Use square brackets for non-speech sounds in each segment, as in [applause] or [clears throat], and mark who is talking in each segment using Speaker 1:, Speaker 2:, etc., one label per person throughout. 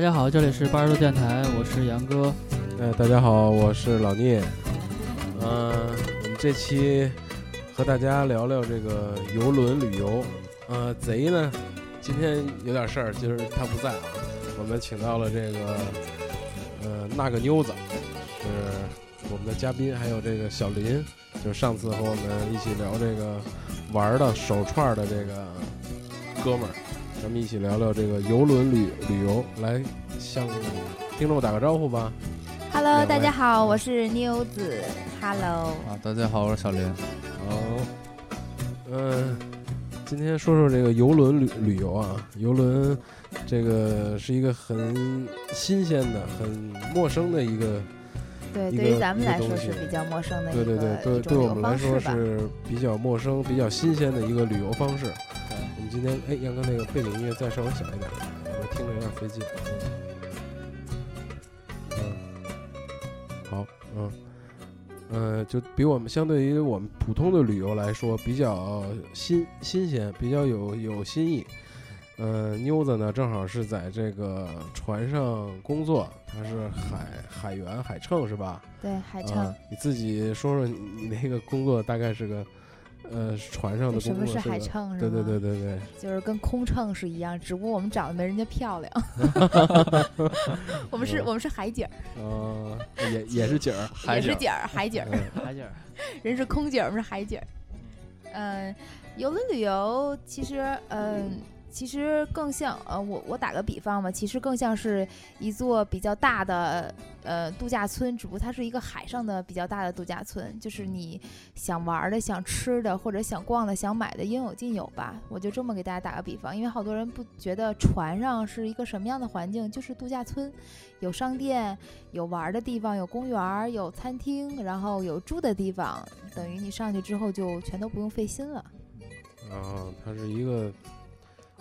Speaker 1: 家好，这里是八十度电台，我是杨哥。
Speaker 2: 哎，大家好，我是老聂。嗯、我们这期和大家聊聊这个游轮旅游。呃，贼呢，今天有点事儿，就是他不在啊。我们请到了这个呃那个妞子，是我们的嘉宾，还有这个小林，就是上次和我们一起聊这个玩儿的手串儿的这个哥们儿。咱们一起聊聊这个游轮旅旅游，来向听众打个招呼吧。
Speaker 3: Hello，
Speaker 2: 位
Speaker 3: 大家好，我是妞子。Hello，
Speaker 4: 啊，大家好，我是小林。
Speaker 2: 好，嗯，今天说说这个游轮旅旅游啊，游轮这个是一个很新鲜的、很陌生的一个，
Speaker 3: 对，
Speaker 2: 一
Speaker 3: 对于
Speaker 2: 个
Speaker 3: 咱们
Speaker 2: 一个
Speaker 3: 来说
Speaker 2: 东
Speaker 3: 是
Speaker 2: 西
Speaker 3: 比较陌生的一
Speaker 2: 对
Speaker 3: 个
Speaker 2: 对对，对对
Speaker 3: 一种旅
Speaker 2: 我
Speaker 3: 游
Speaker 2: 们来
Speaker 3: 方
Speaker 2: 说
Speaker 3: 式吧。
Speaker 2: 是比较陌生、比较新鲜的一个旅游方式。我们今天哎，杨哥那个背景音乐再稍微小一点，我听着有点费劲。嗯，好，嗯，呃，就比我们相对于我们普通的旅游来说，比较新新鲜，比较有有新意。呃，妞子呢，正好是在这个船上工作，她是海海员海乘是吧？
Speaker 3: 对，海
Speaker 2: 啊
Speaker 3: 城，
Speaker 2: 你自己说说你你那个工作大概是个，呃，船上的
Speaker 3: 就
Speaker 2: 工作
Speaker 3: 什么是
Speaker 2: 个
Speaker 3: 海乘？
Speaker 2: 对
Speaker 3: 是
Speaker 2: 对
Speaker 3: 吗
Speaker 2: 对，对对，
Speaker 3: 就是跟空乘是一样，只不过我们长得没人家
Speaker 2: [laughs]
Speaker 3: 漂亮。我们是
Speaker 2: 嗯
Speaker 3: 我们是海景儿， [laughs]
Speaker 2: 呃，也也是景儿，
Speaker 4: 海
Speaker 3: 也
Speaker 4: 景
Speaker 3: 是景儿，海景儿，
Speaker 2: 嗯
Speaker 1: 海景儿，
Speaker 3: 人是空景儿，我们是海景儿。嗯，游轮旅游其实，嗯，其实更像，呃，我我打个比方吧，其实更像是一座比较大的呃度假村，只不过它是一个海上的比较大的度假村，就是你想玩儿的、想吃的或者想逛的、想买的应有尽有吧。我就这么给大家打个比方，因为好多人不觉得船上是一个什么样的环境，就是度假村，有商店，有玩儿的地方，有公园儿，有餐厅，然后有住的地方，等于你上去之后就全都不用费心了。
Speaker 2: 啊，它是一个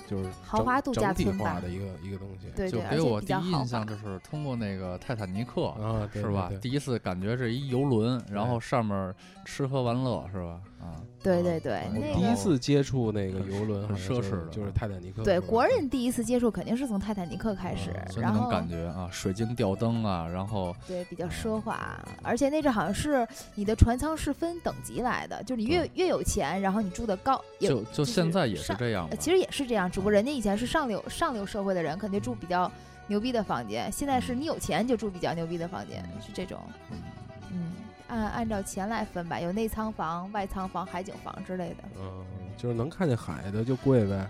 Speaker 2: 就是
Speaker 3: 豪
Speaker 2: 整
Speaker 3: 华度假
Speaker 2: 整体
Speaker 3: 村
Speaker 2: 化
Speaker 3: 吧
Speaker 2: 的一个一个东西
Speaker 3: 对
Speaker 4: 就
Speaker 3: 对，而且
Speaker 4: 给我
Speaker 3: 比
Speaker 4: 第
Speaker 3: 较
Speaker 4: 一
Speaker 3: 豪
Speaker 4: 印象
Speaker 3: 华。
Speaker 4: 就是通过那个《泰坦尼克》
Speaker 2: 啊，对
Speaker 4: 是吧？
Speaker 2: 对对
Speaker 4: 第一次感觉这一游轮，然后上面吃喝玩乐是吧？啊，
Speaker 3: 对对
Speaker 2: 啊
Speaker 3: 对，
Speaker 4: 我
Speaker 3: 那
Speaker 2: 第一
Speaker 3: 个
Speaker 2: 次接触那个游轮好
Speaker 4: 很
Speaker 2: 像就
Speaker 4: 奢
Speaker 2: 是，
Speaker 4: 侈的啊
Speaker 2: 就是泰坦尼克，
Speaker 3: 对
Speaker 2: 是吧
Speaker 3: 国人第一次接触肯定是从《泰坦尼克》开始
Speaker 2: 啊，
Speaker 4: 嗯所以那
Speaker 3: 然后
Speaker 4: 种感觉啊，水晶吊灯啊，然后
Speaker 3: 对比较
Speaker 4: 啊
Speaker 3: 奢华，而且那阵好像是你的船舱是分等级来的，就是你越越有钱，然后你住的高，有
Speaker 4: 就就
Speaker 3: 就是
Speaker 4: 现在也是
Speaker 3: 上
Speaker 4: 这样吧
Speaker 3: 呃。其实也是这样，只不过人家以前是上流上流社会的人，肯定住比较牛逼的房间，现在是你有钱就住比较牛逼的房间，是这种。嗯，按按照钱来分吧，有内舱房、外舱房、海景房之类的。
Speaker 2: 嗯，就是能看见海的就贵呗，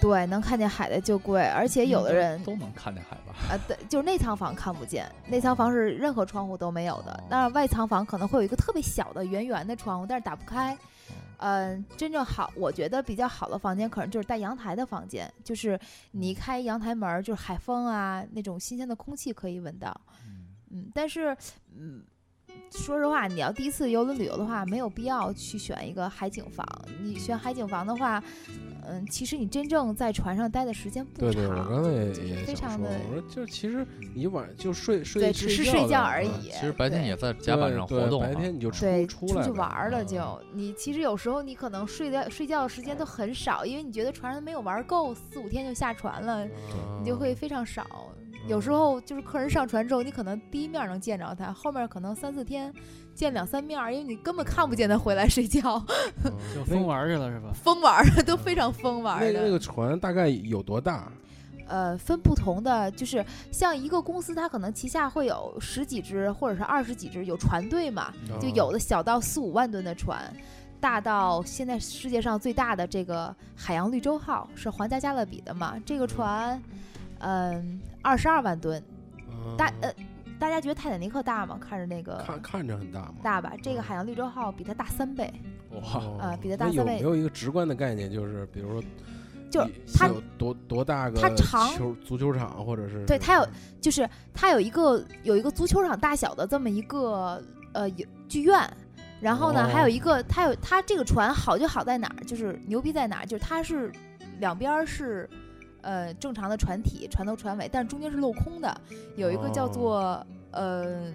Speaker 3: 对，能看见海的就贵，而且有的人
Speaker 4: 都能看见海吧？
Speaker 3: 啊，对，就是内舱房看不见，内舱房是任何窗户都没有的
Speaker 4: 哦，
Speaker 3: 那外舱房可能会有一个特别小的圆圆的窗户，但是打不
Speaker 2: 哦
Speaker 3: 开。嗯、真正好，我觉得比较好的房间可能就是带阳台的房间，就是
Speaker 2: 嗯
Speaker 3: 你一开阳台门儿，就是海风啊，那种新鲜的空气可以闻到。
Speaker 4: 嗯
Speaker 3: 嗯，但是嗯，说实话，你要第一次游轮旅游的话，没有必要去选一个海景房。你选海景房的话，嗯，其实你真正在船上待的时间不
Speaker 2: 对
Speaker 3: 长，
Speaker 2: 对，我刚才也
Speaker 3: 就是
Speaker 2: 也
Speaker 3: 非
Speaker 2: 想
Speaker 3: 常
Speaker 2: 说
Speaker 3: 的，
Speaker 2: 我说就是其实
Speaker 4: 嗯
Speaker 2: 你晚上就睡睡
Speaker 3: 对，只是
Speaker 2: 睡
Speaker 3: 睡
Speaker 2: 的
Speaker 3: 觉而
Speaker 2: 啊
Speaker 3: 已。
Speaker 4: 其实白天
Speaker 3: 对
Speaker 4: 也在甲板
Speaker 2: 对
Speaker 4: 上
Speaker 2: 对
Speaker 4: 活动啊，
Speaker 2: 白天你就出
Speaker 3: 对，
Speaker 2: 出
Speaker 3: 出
Speaker 2: 来
Speaker 3: 去
Speaker 2: 呗
Speaker 3: 玩儿了
Speaker 2: 嗯
Speaker 3: 就。你其实有时候你可能睡觉睡觉的时间都很少，因为你觉得船上没有玩够，四五天就下船了，
Speaker 2: 啊
Speaker 3: 你就会非常少。有时
Speaker 2: 嗯
Speaker 3: 候就是客人上船之后，你可能第一面能见着他，后面可能三四天见两三面儿，因为你根本看不见他回来睡觉，
Speaker 2: 嗯
Speaker 1: 就
Speaker 2: 那
Speaker 1: 疯玩儿去了是吧？
Speaker 3: 疯玩儿都非常疯玩
Speaker 2: 那
Speaker 3: 儿
Speaker 2: 那
Speaker 3: 的。
Speaker 2: 个船大概有多大？
Speaker 3: 呃，分不同的，就是像一个公司，它可能旗下会有十几只或者是二十几只，有船队嘛，就
Speaker 2: 嗯
Speaker 3: 有的小到四五万吨的船，大到现在世界上最大的这个海洋绿洲号是皇家加勒比的嘛？这个船，嗯，二十二万吨，
Speaker 2: 嗯
Speaker 3: 大呃，大家觉得泰坦尼克大吗？看着那个
Speaker 2: 看看着很大吗？
Speaker 3: 大吧，这个海洋绿洲号比它大三倍，
Speaker 4: 哇，
Speaker 3: 啊比它
Speaker 2: 哦那
Speaker 3: 大三
Speaker 2: 有
Speaker 3: 倍
Speaker 2: 没有一个直观的概念？就是比如说，
Speaker 3: 就是
Speaker 2: 一
Speaker 3: 它
Speaker 2: 有多多大个
Speaker 3: 它长
Speaker 2: 球足球场，或者是
Speaker 3: 对它有就是它有一个有一个足球场大小的这么一个呃有剧院。然后呢，还有一个，它有它这个船好就好在哪儿，就是牛逼在哪儿，就是它是两边儿是，呃，正常的船体、船头、船尾，但是中间是镂空的，有一个叫做、呃，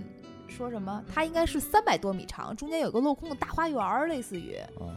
Speaker 3: 说什么？它应该是三百多米长，中间有个镂空的大花园儿，类似于，
Speaker 4: 啊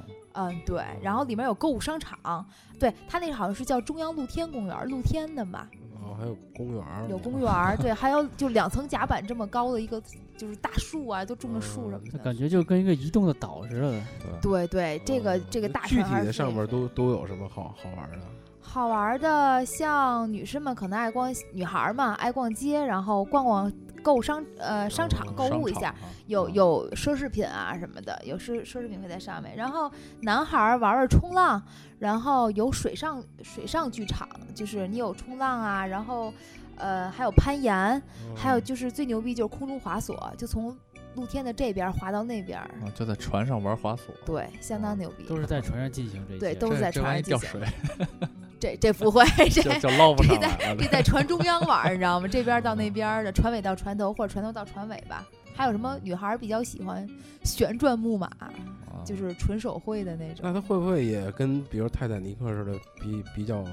Speaker 3: 嗯，对，然后里面有购物商场，对，它那个好像是叫中央露天公园儿，露天的嘛，
Speaker 2: 哦，还有公园儿
Speaker 3: 有公园儿，对，还有就两层甲板这么高的一个就是大树啊，都种着树什么
Speaker 2: 哦
Speaker 1: 这
Speaker 3: 的。
Speaker 1: 感觉就跟一个移动的岛似的。
Speaker 3: 对对，这个这个
Speaker 2: 哦嗯那
Speaker 3: 大
Speaker 2: 具
Speaker 3: 船
Speaker 2: 体
Speaker 3: 还
Speaker 2: 的
Speaker 3: 是
Speaker 2: 上面都都有什么好好玩的？
Speaker 3: 好玩儿的，像女生们可能爱逛，女孩儿嘛爱逛街，然后逛逛购商呃商场
Speaker 2: 嗯
Speaker 3: 购
Speaker 4: 商
Speaker 3: 物一下
Speaker 4: 场，啊，
Speaker 3: 有
Speaker 4: 嗯
Speaker 3: 有奢侈品啊什么的，有奢奢侈品会在上面。然后男孩儿玩玩冲浪，然后有水上水上剧场，就是你有冲浪啊，然后呃还有攀岩，
Speaker 1: 哦
Speaker 3: 还有就是最牛逼就是空中滑索，就从露天的这边儿滑到那边儿，
Speaker 4: 啊就在船上玩滑索，
Speaker 3: 对，相当牛逼。
Speaker 1: 哦都是在船上进行这些。
Speaker 3: 对都是
Speaker 4: 这
Speaker 3: 在
Speaker 4: 这
Speaker 3: 船
Speaker 4: 万一
Speaker 3: 上进
Speaker 4: 掉
Speaker 3: 行
Speaker 4: 水
Speaker 3: 的，这这
Speaker 1: [laughs]
Speaker 3: 不会这
Speaker 4: 就就捞不
Speaker 3: 这
Speaker 4: 上
Speaker 3: 在
Speaker 4: 来了
Speaker 3: 这。在船中央玩儿，你知道吗？这边儿到
Speaker 1: 哦
Speaker 3: 那边儿的，船尾到船头，或者船头到船尾吧。还有什么女孩儿比较喜欢旋转木马，
Speaker 4: 啊
Speaker 1: 哦
Speaker 3: 就是纯手绘的那种。
Speaker 2: 那它会不会也跟比如泰坦尼克似的，比比较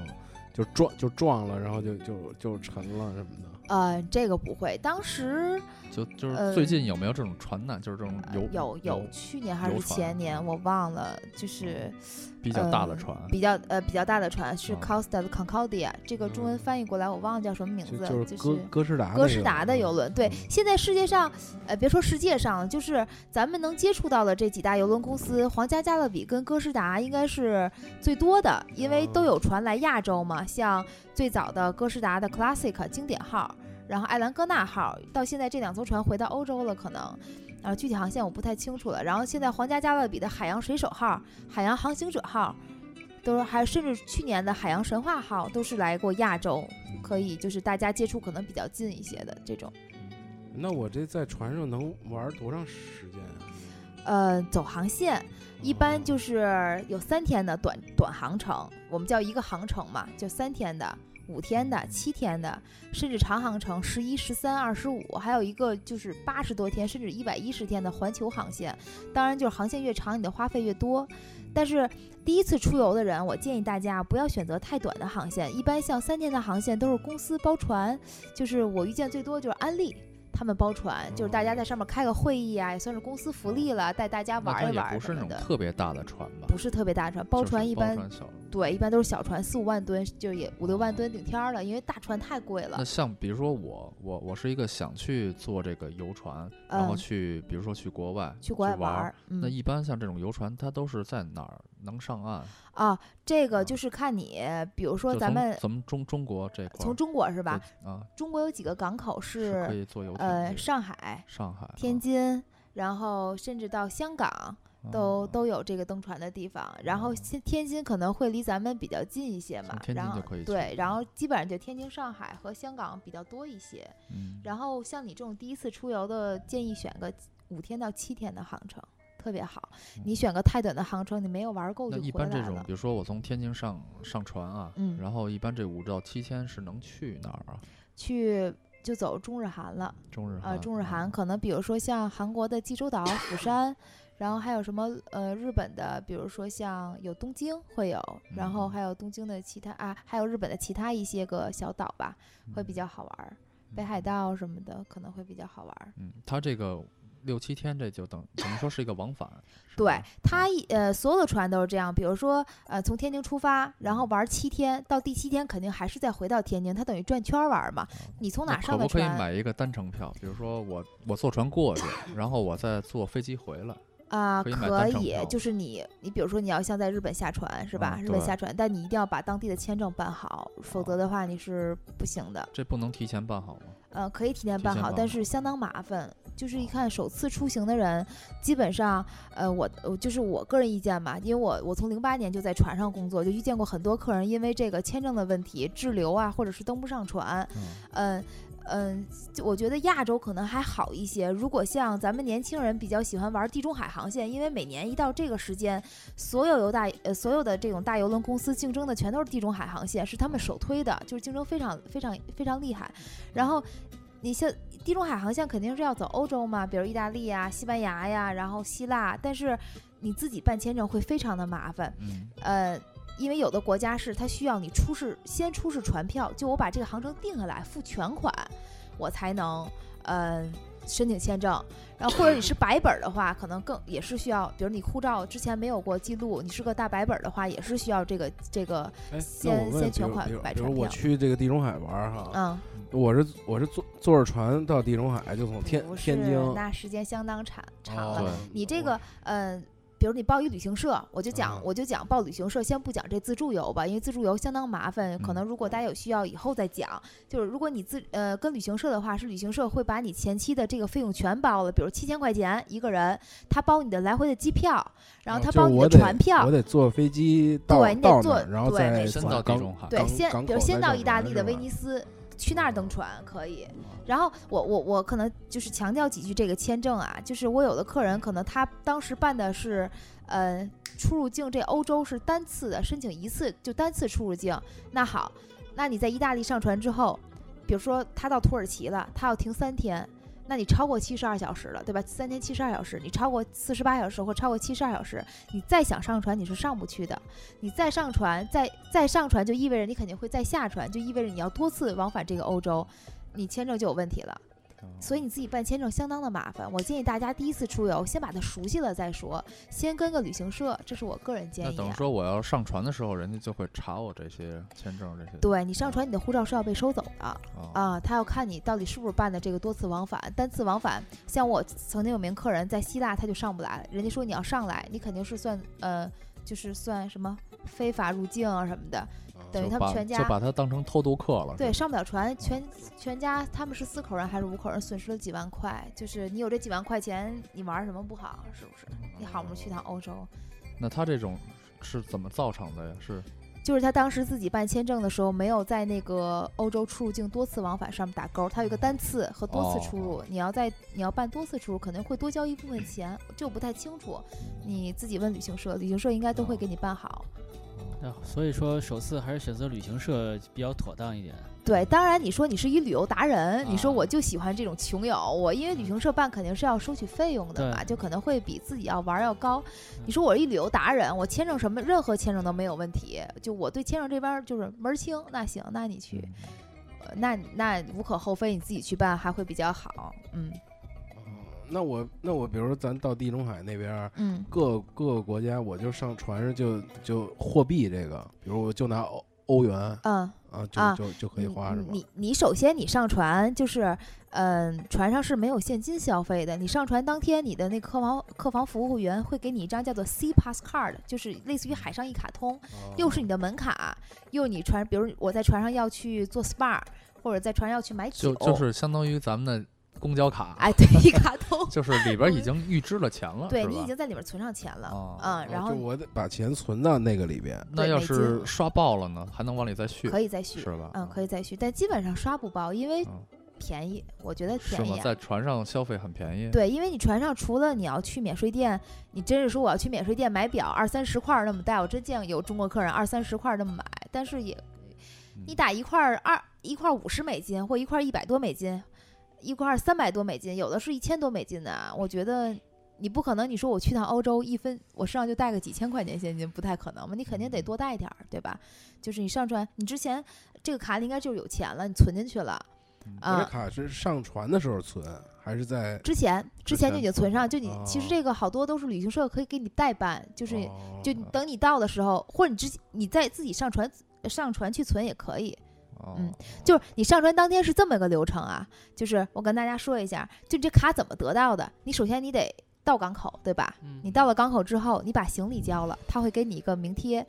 Speaker 2: 就撞就撞了，然后就就就沉了什么的？
Speaker 3: 呃，这个不会。当时
Speaker 4: 就就是
Speaker 3: 呃
Speaker 4: 最近有没有这种船呢？就是这种
Speaker 3: 呃
Speaker 4: 游
Speaker 3: 有有去年还是
Speaker 4: 游船嗯
Speaker 3: 前年，我忘了，就是
Speaker 4: 比较大的
Speaker 3: 呃
Speaker 4: 船，
Speaker 3: 比较呃比较大的船是
Speaker 4: 啊
Speaker 3: Costa 的 Concordia，这个中
Speaker 4: 嗯
Speaker 3: 文翻译过来我忘了叫什么名字，
Speaker 2: 就
Speaker 3: 就是
Speaker 2: 哥哥斯达那
Speaker 3: 哥斯
Speaker 2: 个嗯
Speaker 3: 达的游轮，对，现在世界上，呃，别说世界上，就是咱们能接触到的这几大游轮公司，皇家加勒比跟哥斯达应该是最多的，因为都有船来亚洲嘛。像最早的哥斯达的 Classic 经典号，然后艾兰戈纳号，到现在这两艘船回到欧洲了，可能。啊，具体航线我不太清楚了。然后现在皇家加勒比的海洋水手号、海洋航行者号，都是还甚至去年的海洋神话号都是来过亚洲，可以就是大家接触可能比较近一些的这种。
Speaker 2: 那我这在船上能玩多长时间啊？
Speaker 3: 呃，走航线一般就是有三天的短短航程，我们叫一个航程嘛，就三天的、五天的、七天的，甚至长航程十一、十三、二十五，还有一个就是八十多天甚至一百一十天的环球航线。当然，就是航线越长，你的花费越多。但是第一次出游的人，我建议大家不要选择太短的航线，一般像三天的航线都是公司包船，就是我遇见最多就是安利。他们包船，就是大家在上面开个会议啊，也算是公司福利了，带大家
Speaker 4: 那
Speaker 3: 玩
Speaker 4: 它
Speaker 3: 一
Speaker 4: 也
Speaker 3: 玩
Speaker 4: 不是
Speaker 3: 什
Speaker 4: 那
Speaker 3: 么
Speaker 4: 种
Speaker 3: 的。
Speaker 4: 特别大的船吧？
Speaker 3: 不是特别大船，包
Speaker 4: 就是
Speaker 3: 船一
Speaker 4: 包
Speaker 3: 般
Speaker 4: 船小的
Speaker 3: 对，一般都是小船，四五万吨，就也五六万吨顶天儿了，因为大船太贵了
Speaker 4: 那。像比如说我，我我是一个想去坐这个游船，然后
Speaker 3: 嗯
Speaker 4: 去比如说去国外
Speaker 3: 去国外
Speaker 4: 玩
Speaker 3: 玩儿，
Speaker 4: 那
Speaker 3: 嗯
Speaker 4: 一般像这种游船，它都是在哪儿能上岸？
Speaker 3: 啊，这
Speaker 4: 啊
Speaker 3: 个就是看你，比如说
Speaker 4: 就
Speaker 3: 咱
Speaker 4: 从
Speaker 3: 们
Speaker 4: 咱们中中国这块儿
Speaker 3: 从中国是
Speaker 4: 对
Speaker 3: 吧？
Speaker 4: 啊
Speaker 3: 中国有几个港口
Speaker 4: 是可
Speaker 3: 是
Speaker 4: 以坐游艇
Speaker 3: 呃
Speaker 4: 去
Speaker 3: 上海、
Speaker 4: 上海、
Speaker 3: 天
Speaker 4: 啊
Speaker 3: 津，然后甚至到香港都
Speaker 4: 啊
Speaker 3: 都有这个登船的地方。然后
Speaker 4: 哦
Speaker 3: 天天津可能会离咱们比较近一些
Speaker 4: 从
Speaker 3: 嘛，
Speaker 4: 天津
Speaker 3: 然后
Speaker 4: 就可以去
Speaker 3: 对，然后基本上就天津、上海和香港比较多一些。
Speaker 4: 嗯
Speaker 3: 然后像你这种第一次出游的，建议选个五天到七天的航程，特别好。你选个太短的航程，你没有玩够
Speaker 4: 嗯那
Speaker 3: 就
Speaker 4: 一
Speaker 3: 回
Speaker 4: 般这
Speaker 3: 来
Speaker 4: 种，
Speaker 3: 了
Speaker 4: 比。如说我从天津上上船啊，
Speaker 3: 嗯
Speaker 4: 然后一般这五到七天是能去哪儿啊？
Speaker 3: 去就走中日韩了，
Speaker 4: 中日韩
Speaker 3: 呃，中日韩
Speaker 4: 啊
Speaker 3: 可能比如说像韩国的济州岛、釜山，然后还有什么呃日本的，比如说像有东京会有，然后
Speaker 4: 嗯
Speaker 3: 还有东京的其他啊，还有日本的其他一些个小岛吧，会比较好玩儿。北海。
Speaker 4: 嗯
Speaker 3: 道什么的可能会比较好玩儿。
Speaker 4: 嗯，它这个六七天，这就等等于说是一个往返。是
Speaker 3: 对
Speaker 4: 吧，嗯
Speaker 3: 它一呃，所有的船都是这样。比如说，呃，从天津出发，然后玩七天，到第七天肯定还是再回到天津，它等于转圈儿玩嘛。你从
Speaker 4: 哦那
Speaker 3: 哪上
Speaker 4: 可
Speaker 3: 的
Speaker 4: 不可以
Speaker 3: 船
Speaker 4: 买一个单程票？比如说我我坐船过去，然后我再坐飞机回来，
Speaker 3: 啊？
Speaker 4: 可以买单
Speaker 3: 可
Speaker 4: 程
Speaker 3: 以
Speaker 4: 票，
Speaker 3: 就是你，你比如说你要像在日本下船是吧？
Speaker 4: 嗯
Speaker 3: 日本
Speaker 4: 对
Speaker 3: 下船，但你一定要把当地的签证办好，否则的话你是不行的。
Speaker 4: 这不能提前办好吗？
Speaker 3: 呃，可以提前
Speaker 4: 提
Speaker 3: 办
Speaker 4: 前
Speaker 3: 好，
Speaker 4: 办
Speaker 3: 但
Speaker 4: 好
Speaker 3: 是相当麻烦。就是一看首次出行的人，基本上，呃，我我就是我个人意见嘛，因为我我从零八年就在船上工作，就遇见过很多客人因为这个签证的问题滞留啊，或者是登不上船，
Speaker 4: 嗯，
Speaker 3: 嗯嗯，就我觉得亚洲可能还好一些。如果像咱们年轻人比较喜欢玩地中海航线，因为每年一到这个时间，所有游大呃所有的这种大游轮公司竞争的全都是地中海航线，是他们首推的，就是竞争非常非常非常厉害。然后你像地中海航线肯定是要走欧洲嘛，比如意大利呀、西班牙呀，然后希腊，但是你自己办签证会非常的麻烦。
Speaker 4: 嗯，
Speaker 3: 呃，因为有的国家是它需要你出示先出示船票，就我把这个航程定下来，付全款，我才能嗯、呃申请签证，然后或者你是白本儿的话，可能更也是需要，比如你护照之前没有过记录，你是个大白本儿的话，也是需要这个这个，
Speaker 2: 哎，那
Speaker 3: 先
Speaker 2: 我问，
Speaker 3: 先
Speaker 2: 比如
Speaker 3: 全款
Speaker 2: 比如
Speaker 3: 买
Speaker 2: 比如
Speaker 3: 船
Speaker 2: 我
Speaker 3: 票
Speaker 2: 去这个地中海玩儿哈，
Speaker 3: 嗯，
Speaker 2: 我是我是坐坐着船到地中海，就从天
Speaker 3: 不是
Speaker 2: 天津，啊
Speaker 3: 那时间相当长长了。
Speaker 2: 哦
Speaker 3: 你这个，嗯、比如你报一旅行社，我就讲，
Speaker 2: 啊
Speaker 3: 我就讲报旅行社，先不讲这自助游吧，因为自助游相当麻烦，可能
Speaker 2: 嗯
Speaker 3: 如果大家有需要以后再讲。就是如果你自呃跟旅行社的话，是旅行社会把你前期的这个费用全包了，比如七千块钱一个人，他包你的来回的机票，然后
Speaker 2: 哦
Speaker 3: 他
Speaker 2: 就是
Speaker 3: 包你
Speaker 2: 我
Speaker 3: 的
Speaker 2: 得
Speaker 3: 船票
Speaker 2: 我，得坐飞机到
Speaker 3: 对你得
Speaker 2: 到那
Speaker 3: 坐
Speaker 2: 儿，然后
Speaker 3: 对
Speaker 2: 再
Speaker 3: 没
Speaker 4: 先
Speaker 2: 从
Speaker 4: 到地
Speaker 2: 港
Speaker 4: 中海，
Speaker 2: 港
Speaker 3: 对，先
Speaker 2: 港
Speaker 3: 比如
Speaker 2: 口
Speaker 3: 先
Speaker 2: 再
Speaker 3: 到
Speaker 2: 转
Speaker 3: 意大
Speaker 2: 船
Speaker 3: 利
Speaker 2: 是
Speaker 3: 的
Speaker 2: 吧嗯
Speaker 3: 威尼斯，去那儿登船可以。然后我我我可能就是强调几句这个签证啊，就是我有的客人可能他当时办的是，呃，出入境这欧洲是单次的，申请一次就单次出入境。那好，那你在意大利上船之后，比如说他到土耳其了，他要停三天。那你超过七十二小时了，对吧？三天七十二小时，你超过四十八小时或超过七十二小时，你再想上船你是上不去的。你再上船，再再上船就意味着你肯定会再下船，就意味着你要多次往返这个欧洲，你签证就有问题了。
Speaker 4: 嗯
Speaker 3: 所以你自己办签证相当的麻烦。我建议大家第一次出游，先把它熟悉了再说，先跟个旅行社，这是我个人建
Speaker 4: 那
Speaker 3: 议、
Speaker 4: 等于
Speaker 3: 啊。
Speaker 4: 说我要上船的时候，人家就会查我这些签证这些。
Speaker 3: 对你上船，你的护照是要被收走的
Speaker 4: 啊，
Speaker 3: 啊，他要看你到底是不是办的这个多次往返、单次往返。像我曾经有名客人在希腊，他就上不来，人家说你要上来，你肯定是算呃，就是算什么非法入境啊什么的，等于
Speaker 4: 就
Speaker 3: 他们
Speaker 4: 把
Speaker 3: 全家
Speaker 4: 就把他当成偷渡客了。
Speaker 3: 对，
Speaker 4: 是吧，
Speaker 3: 上不了船，全全家他们是四口人还是五口人，损失了几万块。就是你有这几万块钱，你玩儿什么不好？是不是？你好不容易去趟欧洲，
Speaker 4: 嗯那他这种是怎么造成的呀？是
Speaker 3: 就是他当时自己办签证的时候，没有在那个欧洲出入境多次往返上面打勾，他有一个单次和多次出入，你要在你要办多次出入，可能会多交一部分钱，这我不太清楚，你自己问旅行社，旅行社应该都会给你办好。
Speaker 1: 那所以说首次还是选择旅行社比较妥当一点。
Speaker 3: 对，当然你说你是一旅游达人，你说
Speaker 1: 啊嗯
Speaker 3: 我就喜欢这种穷游，我因为旅行社办肯定是要收取费用的嘛，
Speaker 1: 对
Speaker 3: 就可能会比自己要玩儿要高。
Speaker 1: 嗯
Speaker 3: 你说我是一旅游达人，我签证什么任何签证都没有问题，就我对签证这边儿就是门儿清，那行，那你去，
Speaker 1: 嗯
Speaker 3: 呃那那无可厚非，你自己去办还会比较好。嗯
Speaker 2: 啊那我那我比如说咱到地中海那边儿，
Speaker 3: 嗯，
Speaker 2: 各各个国家，我就上船上就就货币这个，比如我就拿欧欧元
Speaker 3: 嗯，
Speaker 2: 啊，就、
Speaker 3: 啊
Speaker 2: 就就可以
Speaker 3: 你
Speaker 2: 花是吗？
Speaker 3: 你你首先你上船就是，嗯、船上是没有现金消费的。你上船当天，你的那客房客房服务员会给你一张叫做 C Pass Card，就是类似于海上一卡通，
Speaker 2: 哦
Speaker 3: 又是你的门卡，又你船，比如我在船上要去做 SPA，或者在船上要去买酒，
Speaker 4: 就就是相当于咱们的公交卡，，
Speaker 3: 哦哎，对，一卡通
Speaker 4: [laughs] 就是里边已经预支了钱了，
Speaker 3: 对
Speaker 4: 是
Speaker 3: 你
Speaker 4: 吧
Speaker 3: 已经在里面存上钱了，
Speaker 4: 哦
Speaker 3: 嗯，然后
Speaker 2: 啊就我得把钱存到那个里边。
Speaker 4: 那
Speaker 3: 对
Speaker 4: 要
Speaker 3: 美金
Speaker 4: 是刷爆了呢，还能往里再续，
Speaker 3: 可以再续，
Speaker 4: 是吧？
Speaker 3: 嗯，可以再续，但基本上刷不包，因为
Speaker 4: 嗯
Speaker 3: 便宜，我觉得
Speaker 4: 是
Speaker 3: 便
Speaker 4: 吗
Speaker 3: 宜、？啊。
Speaker 4: 在船上消费很便宜，
Speaker 3: 对，因为你船上除了你要去免税店，你真是说我要去免税店买表，二三十块儿那么戴，我真见有中国客人二三十块儿那么买，但是也，你
Speaker 4: 嗯
Speaker 3: 打一块儿二一块五十美金或一块一百多美金，一块三百多美金，有的是一千多美金的啊，我觉得。你不可能，你说我去趟欧洲，一分我身上就带个几千块钱现金，不太可能嘛？你肯定得多带一点儿，对吧？就是你上船，你之前这个卡里应该就是有钱了，你存进去了，
Speaker 2: 我
Speaker 3: 啊、
Speaker 2: 这卡是上船的时候存，还是在？
Speaker 3: 之前之
Speaker 2: 之
Speaker 3: 前
Speaker 2: 前
Speaker 3: 就已经存上，就你其
Speaker 2: 哦
Speaker 3: 实这个好多都是旅行社可以给你代办，就是
Speaker 2: 哦
Speaker 3: 就等你到的时候，或者你之你再自己上传呃上传去存也可以。
Speaker 4: 哦
Speaker 3: 嗯就是你上传当天是这么个流程啊，就是我跟大家说一下，就这卡怎么得到的？你首先你得到港口，对吧？
Speaker 1: 嗯
Speaker 3: 你到了港口之后，你把行李交了，他会给你一个名贴，